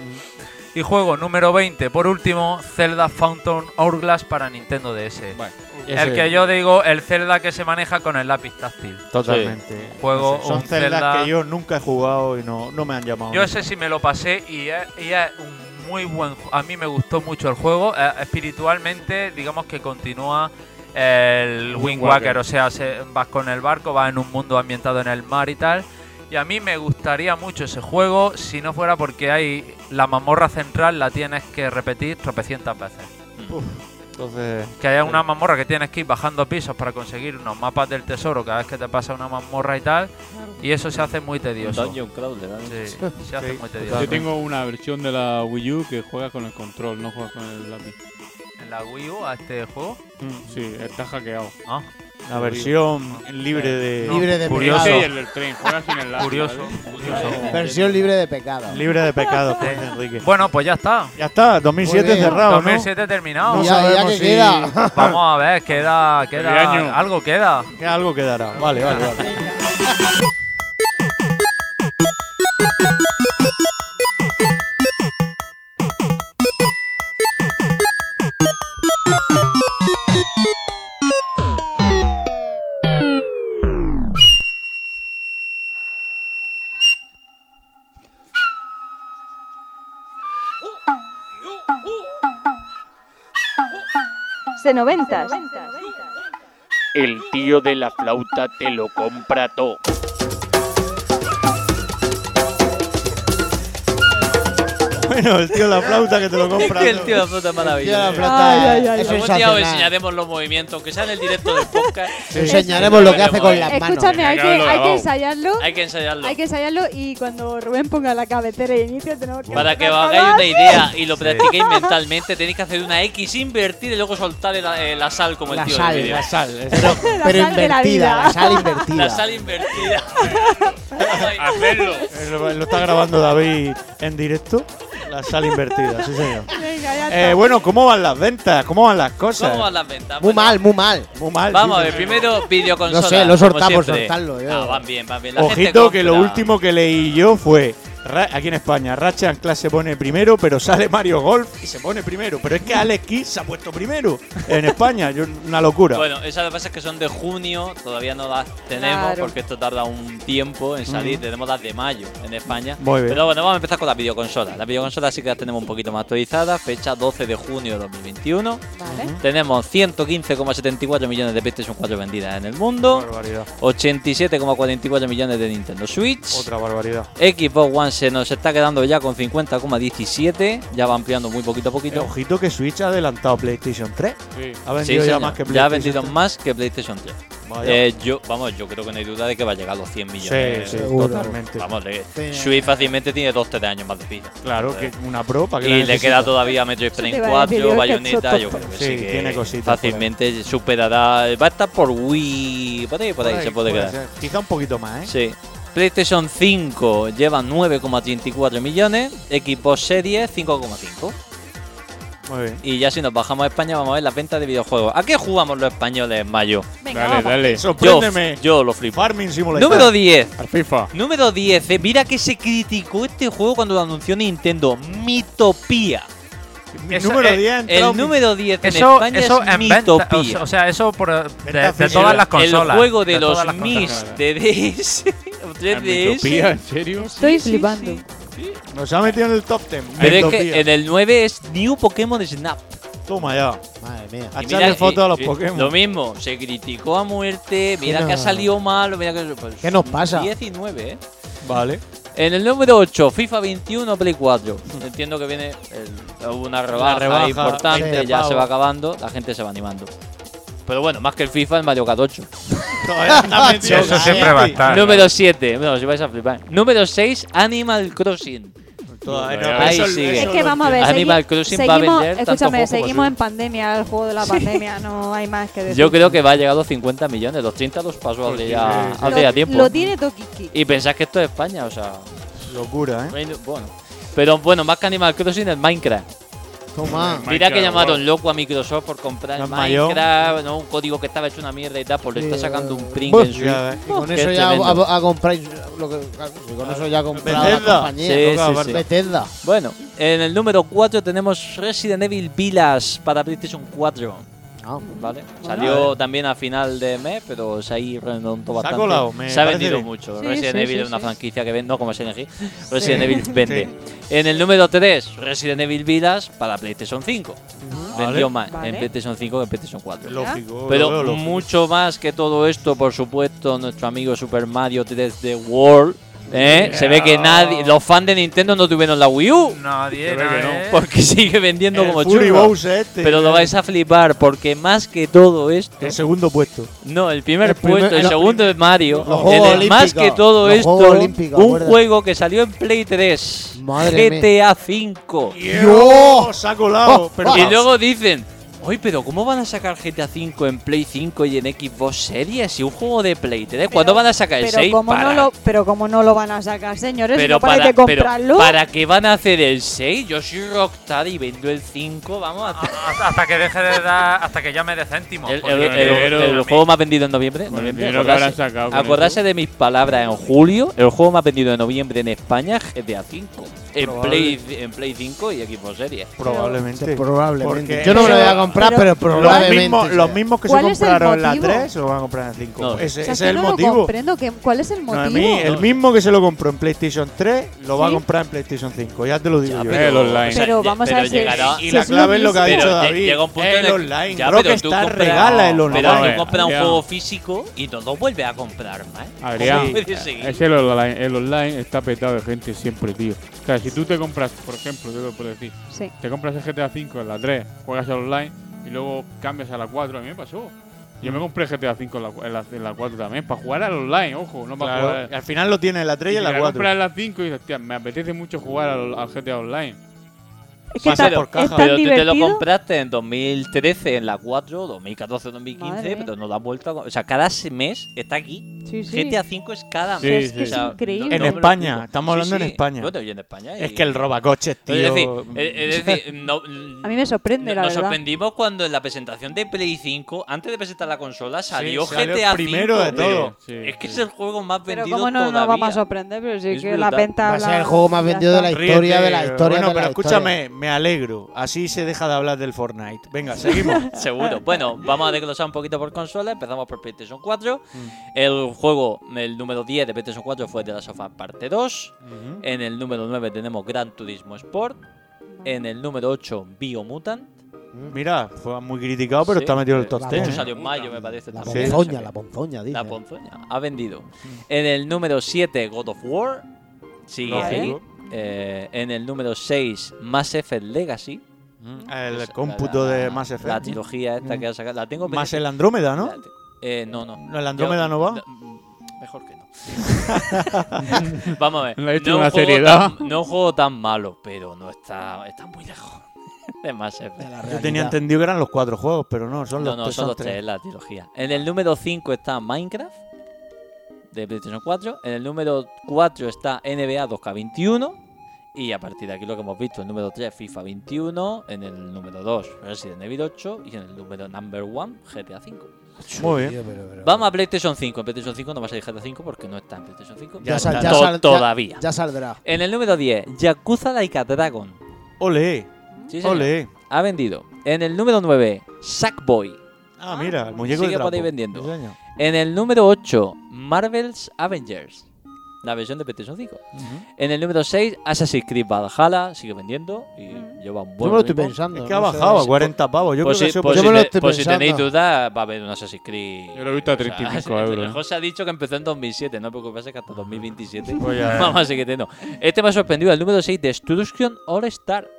Y juego número 20, por último, Zelda Fountain Hourglass para Nintendo DS. el
ese-
que yo digo, el Zelda que se maneja con el lápiz táctil.
Totalmente.
Un Juego,
Son
un
celdas
Zelda-
que yo nunca he jugado y no, no me han llamado.
Yo sé si me lo pasé y es, y es un muy buen ju- A mí me gustó mucho el juego. Eh, espiritualmente, digamos que continúa el
Wind
Wind Waker,
Waker.
o sea, se- vas con el barco, vas en un mundo ambientado en el mar y tal. Y a mí me gustaría mucho ese juego si no fuera porque hay la mazmorra central la tienes que repetir tropecientas veces.
Entonces,
Que hay una mazmorra que tienes que ir bajando pisos para conseguir unos mapas del tesoro cada vez que te pasa una mazmorra y tal. Y eso se hace muy tedioso.
Dungeon Crawler, ¿eh?
Sí, se hace muy tedioso.
Yo tengo una versión de la Wii U que juega con el control, no juega con el lápiz.
¿En la Wii U a este juego?
Sí, está hackeado.
Ah.
La versión libre de- Libre de
Curioso.
pecado.
Y el del tren, juega sin el lápiz.
Curioso, curioso.
Versión libre de pecado.
Libre de pecados, pues, Enrique.
Bueno, pues ya está.
Ya está, 2007
Muy bien.
cerrado, ¿no?
2007 terminado.
No
Ya, ya
sabemos
que
si-
[LAUGHS]
queda. Vamos a ver, queda,
El año.
queda, algo queda.
Que algo quedará. Vale, vale, vale.
Senoventas.
El tío de la flauta te lo compra todo.
Bueno, el tío de la flauta que te lo compra.
Que el tío de la flauta es maravilloso.
El tío de la flauta
Ay, ay, ay.
es
Algún día os
sensacional.
enseñaremos los movimientos, que sea en el directo
[LAUGHS]
del podcast.
Os enseñaremos lo que hace con las manos.
Escúchame, hay que, hay que ensayarlo.
Hay que ensayarlo.
Hay que ensayarlo y cuando Rubén ponga la cabecera y inicio tenemos que...
Para que os hagáis una
[LAUGHS]
idea y lo practiquéis mentalmente, tenéis que hacer una X, invertir y luego soltar el- eh, la sal como
La
el tío
sal,
del vídeo.
la sal, eso. Pero- La pero sal de la invertida, vida. la sal invertida.
La
[LAUGHS]
sal invertida.
Eh,
[LAUGHS]
Lo, lo está grabando David en directo. La sala invertida, sí, señor.
Venga, ya
Eh,
está.
bueno, ¿cómo van las ventas? ¿Cómo van las cosas?
¿Cómo van las ventas?
Muy mal, muy mal.
Muy mal.
Vamos a ver,
dices.
primero videoconsola.
No sé, lo
como
sortamos,
siempre.
sortarlo, yo.
Ah, van bien, van bien. La gente
Ojito que lo
compra.
último que leí yo fue Ra- aquí en España, Ratchet and Clank se pone primero, pero sale Mario Golf y se pone primero. Pero es que Alex Kidd se ha puesto primero en España, yo- una locura.
Bueno, esas lo que pasa es que son de junio, todavía no las tenemos
Claro.
porque esto tarda un tiempo en salir.
Mm.
Tenemos las de mayo en España.
Muy bien.
Pero bueno, vamos a empezar con las videoconsolas. Las videoconsolas sí que las tenemos un poquito más actualizadas. Fecha 12 de junio de 2021. Tenemos 115,74 millones de PlayStation 4 vendidas en el mundo.
Barbaridad.
87,44 millones de Nintendo Switch.
Otra barbaridad.
Xbox One se nos está quedando ya con 50,17. Ya va ampliando muy poquito a
Eh,
poquito.
Ojito que Switch ha adelantado PlayStation 3.
Sí.
Ha vendido
Sí,
ya
señor.
más que PlayStation
Ya ha vendido más que PlayStation 3.
Vaya.
Eh, yo, vamos, yo creo que no hay duda de que va a llegar a los 100 millones.
Sí, sí,
Seguro.
totalmente.
Vamos, le-
Sí.
Switch fácilmente tiene 2 3 años más de vida.
Claro, que una Pro para que la
Y le
necesito.
queda todavía Metroid Prime
Eso te iba a decir,
4,
yo creo que
Bayonetta,
son
yo creo que
tontos.
sí,
Sí,
que
tiene cositas por ahí.
fácilmente superará, va a estar por Wii, por ahí, por ahí se puede quedar.
ser. Quizá un poquito más, ¿eh?
Sí. PlayStation 5 lleva 9,34 millones, Xbox Series 5,5.
Muy bien.
Y ya si nos bajamos a España vamos a ver las ventas de videojuegos. ¿A qué jugamos los españoles en mayo?
Venga, Dale, vamos. dale. Sorpréndeme.
Yo, yo lo flipo.
Farming Simulator.
Número 10.
Al FIFA.
Número 10. eh, Mira que se criticó este juego cuando lo anunció Nintendo. Mitopía.
Mi número 10 ha entrado
El número 10 en
eso,
España
eso
es
en venta,
Mitopía.
o sea- o sea, eso por, de, de
física.
todas las
El
consolas.
juego de los
todas las
Mis
consolas.
de DS. [LAUGHS] o 3DS.
Mitopía, ¿en serio?
Estoy flipando.
Nos ha metido en el top 10.
Pero es
Mitopía.
que en el 9 es New Pokémon Snap.
Toma ya. Madre mía. A
Y
echarle
mira,
fotos a
y-
los
y-
Pokémon.
Lo mismo, se criticó a muerte, mira
no.
que ha salido mal, mira que... pues,
¿Qué nos pasa?
19, ¿eh? [LAUGHS]
Vale.
En el número 8, FIFA 21, Play 4. Entiendo que viene el- hubo una rebaja,
rebaja,
importante,
20
ya se
pavos.
va acabando, la gente se va animando. Pero bueno, más que el FIFA, el Mario Kart 8.
Sí, eso siempre va a
Ah,
estar.
Número 7, bueno, si vais a flipar. Número 6, Animal Crossing. Ahí
eso-
sigue.
Es que vamos a ver.
Animal
segui-
Crossing va a
seguimos,
vender tanto
escúchame,
juego como
seguimos en pandemia, el juego de la pandemia, no hay más que decir.
Yo creo que va a llegar a los 50 millones. Los 30 los pasó hace ya,
Lo-
hace ya tiempo.
Lo tiene ¿Ah? Tokiki.
Y pensás que esto es España, o sea.
Locura, ¿eh?
Bueno. Pero bueno, más que Animal Crossing, el Minecraft.
Toma.
Mira que
Minecraft,
llamaron
wow.
loco a Microsoft por comprar el
Gran mayor.
Minecraft, ¿no? un código que estaba hecho una mierda y tal, por le está sacando un print
Buh.
en su.
Ya, eh. Y con
que
eso
es
ya
tremendo.
ha, ha- ha comprado lo que- y con eso ya ha comprado la
Bethesda.
compañía.
Sí,
loco,
sí,
aparte.
sí.
Bethesda.
Bueno, en el número 4 tenemos Resident Evil Village para PlayStation 4. Vale.
Pues
Salió
Vale.
también a final de mes, pero se ha ido redondo
eh. Se ha
bastante.
colado, me
Se ha
parece
vendido
bien.
mucho.
Sí,
Resident
sí,
Evil
sí,
es una
sí.
franquicia que vende, no como SNG. Resident Evil vende. En el número 3, Resident Evil Village para PlayStation 5. Vendió
Vale.
más en
Vale.
PlayStation 5 que en PlayStation 4.
Lógico,
Pero
lo veo lógico.
mucho más que todo esto, por supuesto, nuestro amigo Super Mario 3D World. ¿eh? Se ve que nadie, los fans de Nintendo no tuvieron la Wii U.
Nadie, nadie.
Porque sigue vendiendo
El
como
Fury
churro.
Bowser este,
pero lo
ya.
vais a flipar porque más que todo esto.
El segundo puesto.
No, el primer
El primer-
puesto, el
los-
segundo es Mario.
los
En
Juegos
el más que
Olímpicos,
todo
los
esto,
Juegos Olímpicos,
un
acuérdate.
juego que salió en Play 3,
Madre
GTA V.
¡Dios! Se ha
Oh,
colado. Pero-
y luego dicen, oye, pero ¿cómo van a sacar GTA V en Play 5 y en Xbox Series? Y un juego de Play 3, ¿cuándo van a sacar el
Pero
6?
como,
Para
no lo, pero como no lo van a sacar, señores,
pero
no para,
para,
de
pero
comprarlo.
¿para qué van a hacer el 6? Yo soy Rockstar y vendo el 5, vamos a...
Hasta, hasta que deje de dar, hasta que llame de céntimos.
El, el-
porque-
el- el juego más vendido en noviembre.
Con el
noviembre,
dinero que
acordarse-
habrán sacado con
acordarse de mis palabras en julio. El juego más vendido en noviembre en España GTA V. En
Probable.
Play, en Play 5 y Xbox Series.
Probablemente.
Probablemente.
Porque-
Yo no me lo voy a comprar, pero, probablemente.
Los mismos,
sea.
los mismos que se
¿Cuál es el
compraron en la
motivo?
3 se lo van a comprar en la 5.
No.
Ese,
O sea,
ese es
que
el
no Lo
motivo.
comprendo. que- ¿Cuál es el motivo?
Noemí, el mismo que se lo compró en PlayStation 3 lo va a comprar en PlayStation 5. Ya te lo digo yo.
pero- El online.
Pero vamos a ver si-
llegará-
Y
si
la
es lo
clave es lo que ha
mismo.
dicho
Pero lle-
David.
llega un punto en
el
el-
online.
Ya, pero tú
Rockstar
compras-
regala el online.
Pero eh,
Hombre,
tú compras un
Adrián.
juego físico y no lo vuelves a comprar más. ¿Cómo
Adrián,
puedes seguir?
es que el online, el online está petado de gente siempre, tío. O sea, si tú te compras, por ejemplo, yo te lo puedo decir,
Sí.
te compras el GTA V en la 3, juegas al online y luego cambias a la 4, a mí me pasó. Yo me compré GTA V en la, en la- en la 4 también, para jugar al online, ojo, no para
Claro,
jugar.
y al final lo tienes en la 3 y en la
te
4.
compras en la 5 y dices, hostia, me apetece mucho jugar al, al GTA Online.
Es que Pasa ta- por caja. es tan
pero tú te lo
divertido.
compraste en 2013, en la 4, 2014, 2015,
Madre mía.
pero no lo has vuelto a... co- O sea, cada se- mes está aquí.
Sí, sí.
GTA V es cada
Sí,
mes.
sí.
O sea,
Es increíble.
no- no
En
me lo
España,
explico.
estamos hablando en España.
Bueno, y en España. y-
Es que el robacoches, tío.
Es decir, eh, es decir, no-
A mí me sorprende, la
nos
verdad.
sorprendimos cuando en la presentación de Play 5, antes de presentar la consola, salió
salió
GTA V.
primero de todo.
Sí, Es que es el juego más
Pero
vendido
cómo no nos vamos a
todavía.
sorprender, pero sí
Es
que
brutal.
la venta...
Va a ser
habla-
el juego más
ya
vendido de
está.
la historia, de la historia,
Bueno,
de la
pero
historia.
escúchame, me alegro. Así se deja de hablar del Fortnite. Venga, [LAUGHS] seguimos.
[LAUGHS]
Seguro. Bueno, vamos a desglosar un poquito por consola. Empezamos por PlayStation 4.
Mm.
El juego, el número 10 de PlayStation 4 fue The Last of Us Parte 2. En el número 9 tenemos Gran Turismo Sport. En el número 8, Biomutant.
Mira, fue muy criticado, pero
Sí,
está metido en el
eh,
top
De
10.
hecho, salió en mayo, me parece.
La
también.
ponzoña, la ponzoña, dice.
La ponzoña. Ha vendido. En el número 7, God of War. Sigue
Lógico.
ahí. Eh, en el número 6, Mass Effect Legacy.
Mm, El cómputo de Mass Effect.
Pues, La trilogía esta que ha sacado. La tengo
Más
pendiente.
el Andrómeda, ¿no?
Eh, no, no.
¿No, el Andrómeda no va?
mm, Mejor
[LAUGHS]
que no. Vamos a ver.
Lo he hecho
no
con
un
la
juego
seriedad.
tan- no un juego tan malo, pero no está, está muy lejos [LAUGHS] de Mass Effect.
Yo tenía entendido que eran los cuatro juegos, pero no, son
No,
los
no,
tres.
son los tres, la trilogía. En el número 5 está Minecraft de PlayStation 4. En el número 4 está NBA 2K21. Y a partir de aquí lo que hemos visto, el número 3 FIFA 21, en el número 2 Resident Evil 8 y en el número number 1 GTA 5.
Muy bien.
Vamos a PlayStation 5. En PlayStation 5 no va a salir GTA 5 porque no está en PlayStation 5.
Ya
No
sal-
está
ya
to-
sal- ya-
todavía.
ya saldrá.
En el número 10, Yakuza Laika Dragon.
Ole.
Sí, señor.
Ole.
Ha vendido. En el número 9, Sackboy.
Ah, mira, el muñeco de
Sigue por ahí
trapo.
vendiendo.
Sí, señor.
En el número 8, Marvel's Avengers. La versión de PlayStation 5. En el número 6, Assassin's Creed Valhalla. Sigue vendiendo y lleva un buen
me lo estoy
ritmo.
pensando,
Es que ha no sé. bajado a 40 pavos. Yo
pues
creo que
si,
eso-
pues
Yo
si
me lo
te-
estoy
pues si tenéis
pensando.
dudas, va a haber un Assassin's Creed.
Yo lo he visto a
O sea, [LAUGHS]
35 euros, ¿eh?
José ha dicho que empezó en 2007. No preocupes que hasta 2027
Pues ya.
[LAUGHS] vamos a seguir teniendo. Este me ha sorprendido. El número 6, Destruction All Star.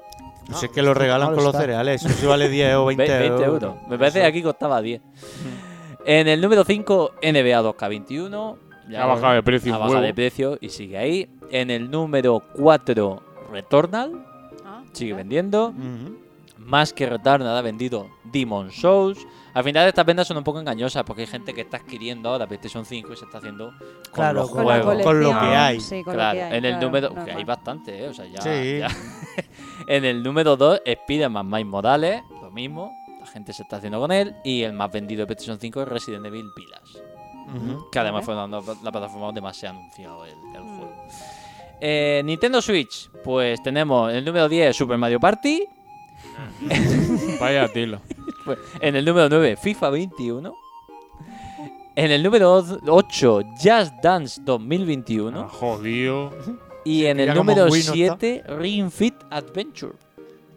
Pues es que lo regalan con los cereales. Eso sí vale 10 o 20,
Ve- 20 euros. Me parece que aquí costaba 10. En el número 5, NBA 2K21.
[LAUGHS] Ha bajado de precio
Ha
un
bajado
huevo.
de precio y sigue ahí. En el número 4, Returnal. Sigue vendiendo. Más que Returnal ha vendido Demon Souls. Al final estas ventas son un poco engañosas porque hay gente que está adquiriendo ahora PlayStation 5 y se está haciendo con
Claro,
los
con la
juegos.
colección, Con lo que hay. sí, con lo
Claro,
que hay,
en el
claro,
número... Que
normal.
hay bastante, ¿eh? O sea, ya...
Sí.
ya- [LAUGHS] en el número 2, Spider-Man Miles Morales. Lo mismo. La gente se está haciendo con él. Y el más vendido de PlayStation 5 es Resident Evil Village.
Ujú.
Que además fue dando la plataforma donde más se ha anunciado el, el
Mm.
juego. Eh, Nintendo Switch, pues tenemos en el número 10 Super Mario Party.
Vaya tilo.
Pues, en el número 9 FIFA 21. En el número 8 Just Dance 2021.
jodido.
Y en el
ya como
número
Wii no está.
7 Ring Fit Adventure.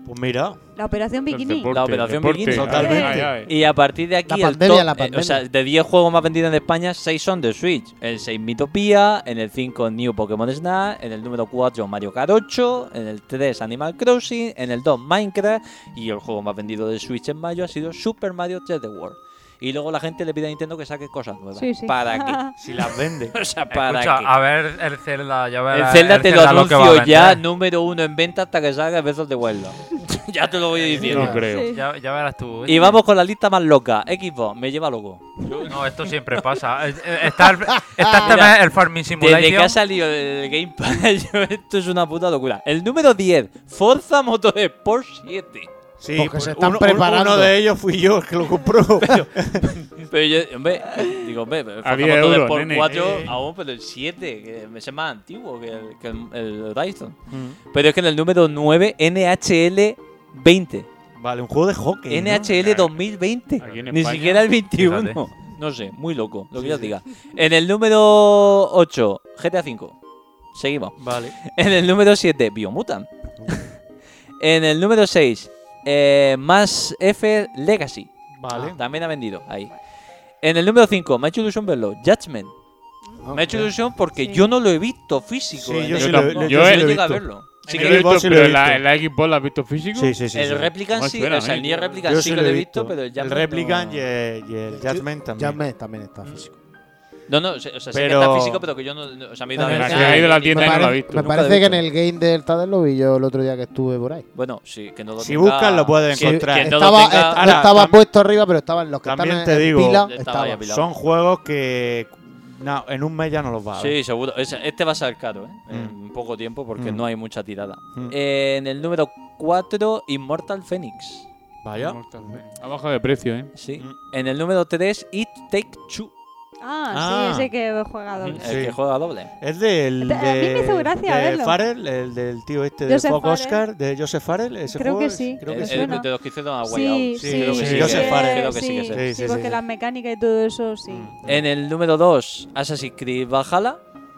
Pues mira.
La operación bikini.
la operación
deporte,
Bikini.
totalmente. Ay, ay,
Y a partir de aquí,
La
el
pandemia,
top-
la
eh,
pandemia.
o sea, de 10 juegos más vendidos en España, 6 son de Switch. El 6 Mitopía, en el 5 New Pokémon Snap, en el número 4 Mario Kart 8, en el 3 Animal Crossing, en el 2 Minecraft y el juego más vendido de Switch en mayo ha sido Super Mario 3D World. Y luego la gente le pide a Nintendo que saque cosas nuevas.
Sí, sí.
¿Para qué? [LAUGHS]
Si las vende.
o sea, ¿para
Escucha,
qué?
a ver el Zelda, ya
El
verás
Zelda te lo
Zelda que va a
anuncio ya
vender.
número uno en venta hasta que salga Breath of the Wild. [LAUGHS] ya te lo voy diciendo.
No creo. Sí. Ya- ya verás tú,
Pues
¿eh?
Y vamos con la lista más loca. Xbox, me lleva loco.
No, esto siempre pasa. Eh, eh, Está,
[LAUGHS]
el- está este
Ah, Mira,
mes el Farming Simulation.
Desde que ha salido el Game [LAUGHS] Pass, yo- esto es una puta locura. El número 10, Forza Motorsport 7.
Sí,
Porque
pues
se están
uno- uno-
preparando.
Uno de ellos fui yo el que lo compró.
Pero yo, hombre, digo, hombre, Forza
10 euros,
Motorsport
nene.
4
Eh.
aún, pero el 7, que es más antiguo que el, que el, el Dyson.
Mm.
Pero es que en el número 9, NHL 20.
[LAUGHS] Vale, un juego de hockey. ¿no?
NHL 2020.
Aquí en
Ni
España,
siquiera el 21.
fíjate.
No sé, muy loco, lo que
Sí,
yo
sí.
diga. En el número 8, GTA V. Seguimos.
Vale.
En el número 7, Biomutant. en el número 6, Más F Legacy. Ah,
Vale.
También ha vendido ahí. En el número 5, me ha hecho ilusión verlo, Judgment. Me ha hecho ilusión porque yo no lo he visto físico. ¿eh?
Sí,
en
yo
el-
sí lo he-
no
yo sí lo he
llegué a
visto.
verlo.
Sí
Yo
que
lo he
el
visto,
boss sí lo
pero
he
en la,
visto.
en la Xbox la has visto físico.
Sí, sí, sí,
El
sí.
Replicant
No,
sí,
espera,
o sea,
¿eh?
el Nier Replicant
Yo
sí que lo he visto, pero el
El
Judgment
Replicant
no-
y el, y el Judgment también.
Judgment también está físico.
No, no, o sea, o sea, sé
Pero-
que está físico, pero que yo no. no- o sea, me he ido a
Me
ver.
parece- Ha ido a la
tienda
me
y no lo ha
parece-
visto.
Me
Nunca
parade
lo he
que en el game del Tadel lo vi yo el otro día que estuve por ahí.
Bueno, sí, que no lo
Si
tenga-
buscas, lo puedes
que-
encontrar.
que no lo
Estaba,
tenga-
est- no
Ahora,
estaba
tam-
puesto arriba, pero estaban los que
También
estaban
te
en
digo,
pila.
Estaba ahí apilado.
son juegos que no, en un mes ya no los va a ver.
Sí, seguro. Ese- Este va a ser caro, ¿eh?
Mm.
En poco tiempo porque no hay mucha tirada. Eh, en el número 4, Immortal Phoenix.
Vaya.
Ha bajado de precio, ¿eh?
Sí.
Mm.
En el número 3, It Take Two.
Ah,
Ah.
sí, ese que he jugado.
El que juega doble.
Es del.
A mí me
de-
hizo gracia
de
verlo.
Farrell, el del tío este de
Joseph
Fox
Farrell.
Oscar, de Joseph Farrell. Ese
Creo
juego
que
es-
sí,
Creo
me
que sí.
Es el de los que hicieron a Way Out.
Sí,
creo que
sí,
sí,
sí,
creo- creo que
sí,
sí que Mm. sí.
sí, porque las mecánicas y todo eso, sí.
En el número 2, Assassin's Creed Valhalla.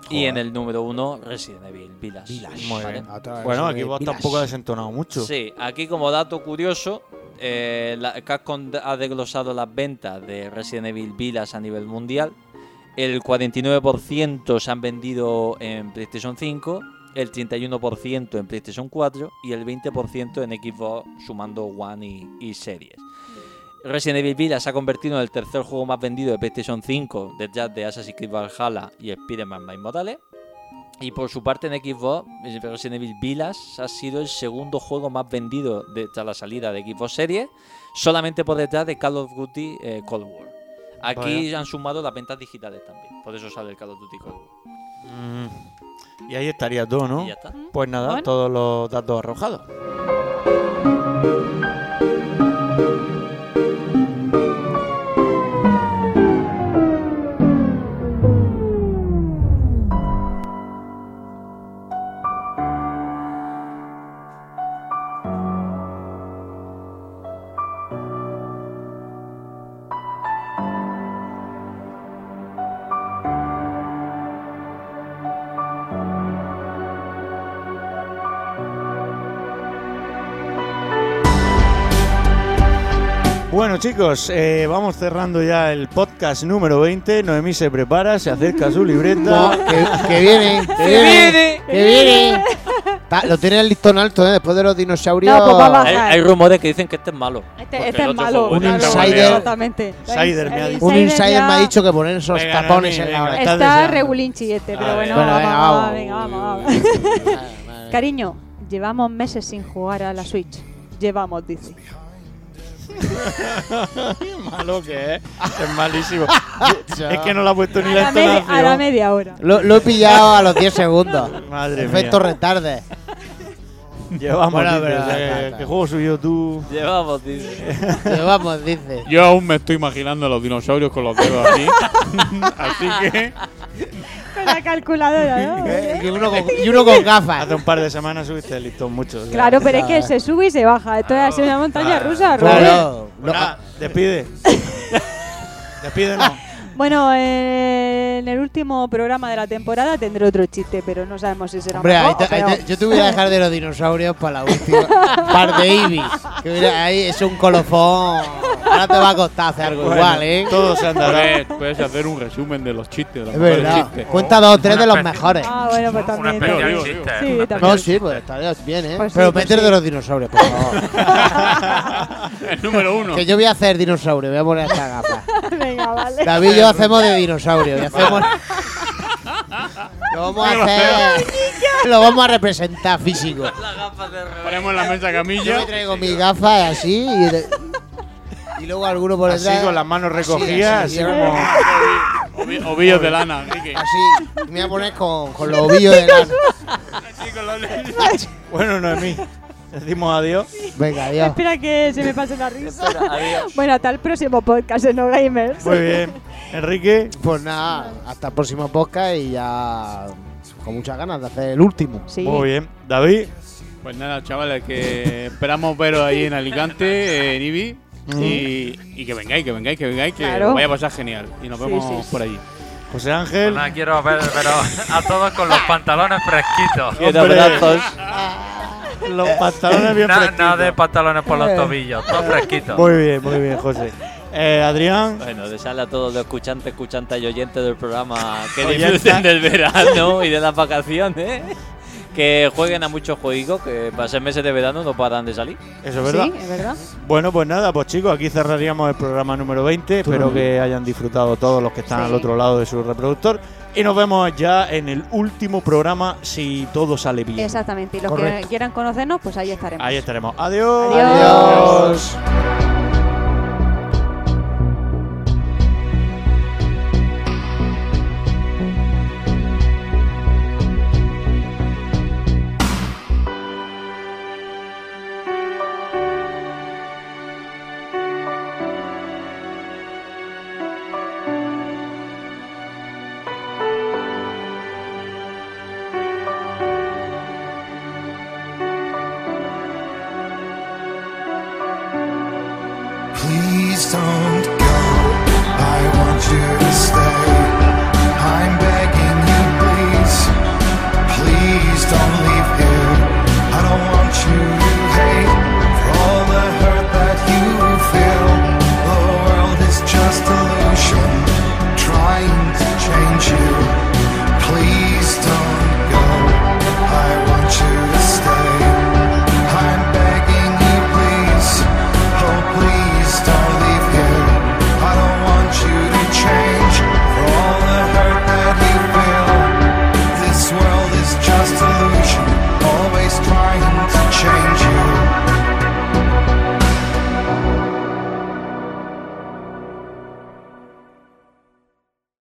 Y en el número 1, Resident Evil Village.
Muy
¿Vale?
bien. Bueno, aquí vos tampoco has desentonado mucho.
Sí, aquí como dato curioso, eh, la, Capcom ha desglosado las ventas de Resident Evil Village a nivel mundial. El 49% se han vendido en PlayStation 5, el 31% en PlayStation 4 y el 20% en Xbox sumando One y, y series. Resident Evil Village se ha convertido en el tercer juego más vendido de PlayStation 5 detrás de Assassin's Creed Valhalla y Spider-Man Miles Morales. Y por su parte en Xbox, Resident Evil Village ha sido el segundo juego más vendido de- tras la salida de Xbox Series, solamente por detrás de Call of Duty eh, Cold War. Aquí
Vaya.
han sumado las ventas digitales también, por eso sale el Call of Duty Cold War.
Mm. Y ahí estaría todo, ¿no?
Y ya está.
Pues nada,
Bueno.
todos los datos arrojados. Bueno, chicos, eh, vamos cerrando ya el podcast número 20. Noemí se prepara, se acerca a su
[LAUGHS]
libreta.
No, que- que viene, que viene, que viene. Ta- Lo tiene el listón alto, ¿eh? Después de los dinosaurios.
pues
hay, hay rumores que dicen que este
[LAUGHS]
es malo. Porque
este
el
es
otro
malo,
fue
Un
bueno.
insider.
Exactamente.
Insider
me ha dicho.
Un
Insider
insider
ya-
me ha dicho que poner esos
Venga,
tapones
Nani,
en la
venga.
oreja.
Está regulinchillete,
Ah,
pero bueno,
Bueno,
vamos,
venga,
vamos,
vamos.
venga, vamos, vamos. [LAUGHS] Cariño, llevamos meses sin jugar a la Switch. Llevamos, [LAUGHS] dice.
Malo que es. Es
[LAUGHS]
malísimo. es que no la ha puesto ni la
A la media-
entonación.
a la media hora.
Lo, lo he pillado a los 10 segundos.
Madre
Efecto
mía. [LAUGHS]
retarde.
Llevamos,
Bueno,
dice,
pero-
o sea, que- ¿Qué juego subió tú?
Llevamos, dice.
Llevamos, dice.
Yo aún me estoy imaginando a los dinosaurios con los dedos así. así que.
[LAUGHS] Con la calculadora, ¿no?
y,
uno
con,
gafas.
Hace un par de semanas subiste el listón mucho. o sea.
Claro, pero es que se sube y se baja. Esto es así una montaña rusa, Robert.
Pues nada, despide. despide, no.
Bueno, eh, en el último programa de la temporada tendré otro chiste, pero no sabemos si será
Hombre, ahí
mejor
te-
o
ahí
peor.
te- yo te voy a dejar de los dinosaurios para la última. Par de ibis. Que mira, ahí es un colofón. Ahora te va a costar hacer algo
Bueno,
igual, ¿eh?
Puedes, puedes hacer un resumen de los chistes.
Es verdad. Pues, Cuenta dos o tres de los mejores.
Ah, bueno, pues también.
especial
también.
chiste,
Sí,
una especial
también.
No, sí, pues estaría bien, ¿eh?
Pues sí,
Pero
pues
meter
sí.
de los dinosaurios, por
[LAUGHS]
favor.
[LAUGHS] El número uno.
Que yo voy a hacer dinosaurio, voy a poner
[LAUGHS]
esta gafa. [LAUGHS]
Venga, vale.
David y yo hacemos de dinosaurio. Y hacemos, lo vamos a hacer. [LAUGHS] lo vamos a representar
[LAUGHS]
físico.
Ponemos la mesa
Yo me
camilla.
traigo mis gafas así y, de- y luego alguno por
Así,
detrás.
con las manos recogidas, así
como- Ovillos de lana, Enrique.
Así, me voy a poner con, con los
[LAUGHS]
ovillos de lana.
Bueno, Noemí, decimos adiós.
Venga, adiós.
Espera que se me pase la risa. bueno, hasta el próximo podcast de No Gamers.
Muy bien.
Enrique.
Pues nada, hasta el próximo podcast y ya con muchas ganas de hacer el último.
Muy bien. David.
Pues nada, chavales, que esperamos veros ahí en Alicante, en Ibi. Y, y que vengáis, que vengáis, que vengáis, que
Claro.
lo vaya a pasar genial. Y nos
Sí,
vemos
sí, sí.
por allí.
José Ángel.
Nada, quiero ver pero a todos con los pantalones fresquitos.
Quiero Hombre. abrazos. Los pantalones bien
Na-
fresquitos.
Nada de pantalones por los tobillos, todo fresquito.
Muy bien, muy bien, José. Eh, Adrián.
Bueno, desearle a todos los escuchantes, escuchantes y oyentes del programa que
Oyenta.
disfruten del verano y de las vacaciones. ¿eh? Que jueguen a muchos juegos que para ser meses de verano no paran de salir.
Eso es verdad.
Sí, es verdad.
Bueno, pues nada, pues chicos, aquí cerraríamos el programa número 20. Espero que hayan disfrutado todos los que están
Sí.
al otro lado de su reproductor. Y nos vemos ya en el último programa, si todo sale bien.
Exactamente. Y los que
Correcto.
quieran conocernos, pues ahí estaremos.
Ahí estaremos. Adiós.
Adiós.
Please don't go. I want you to stay.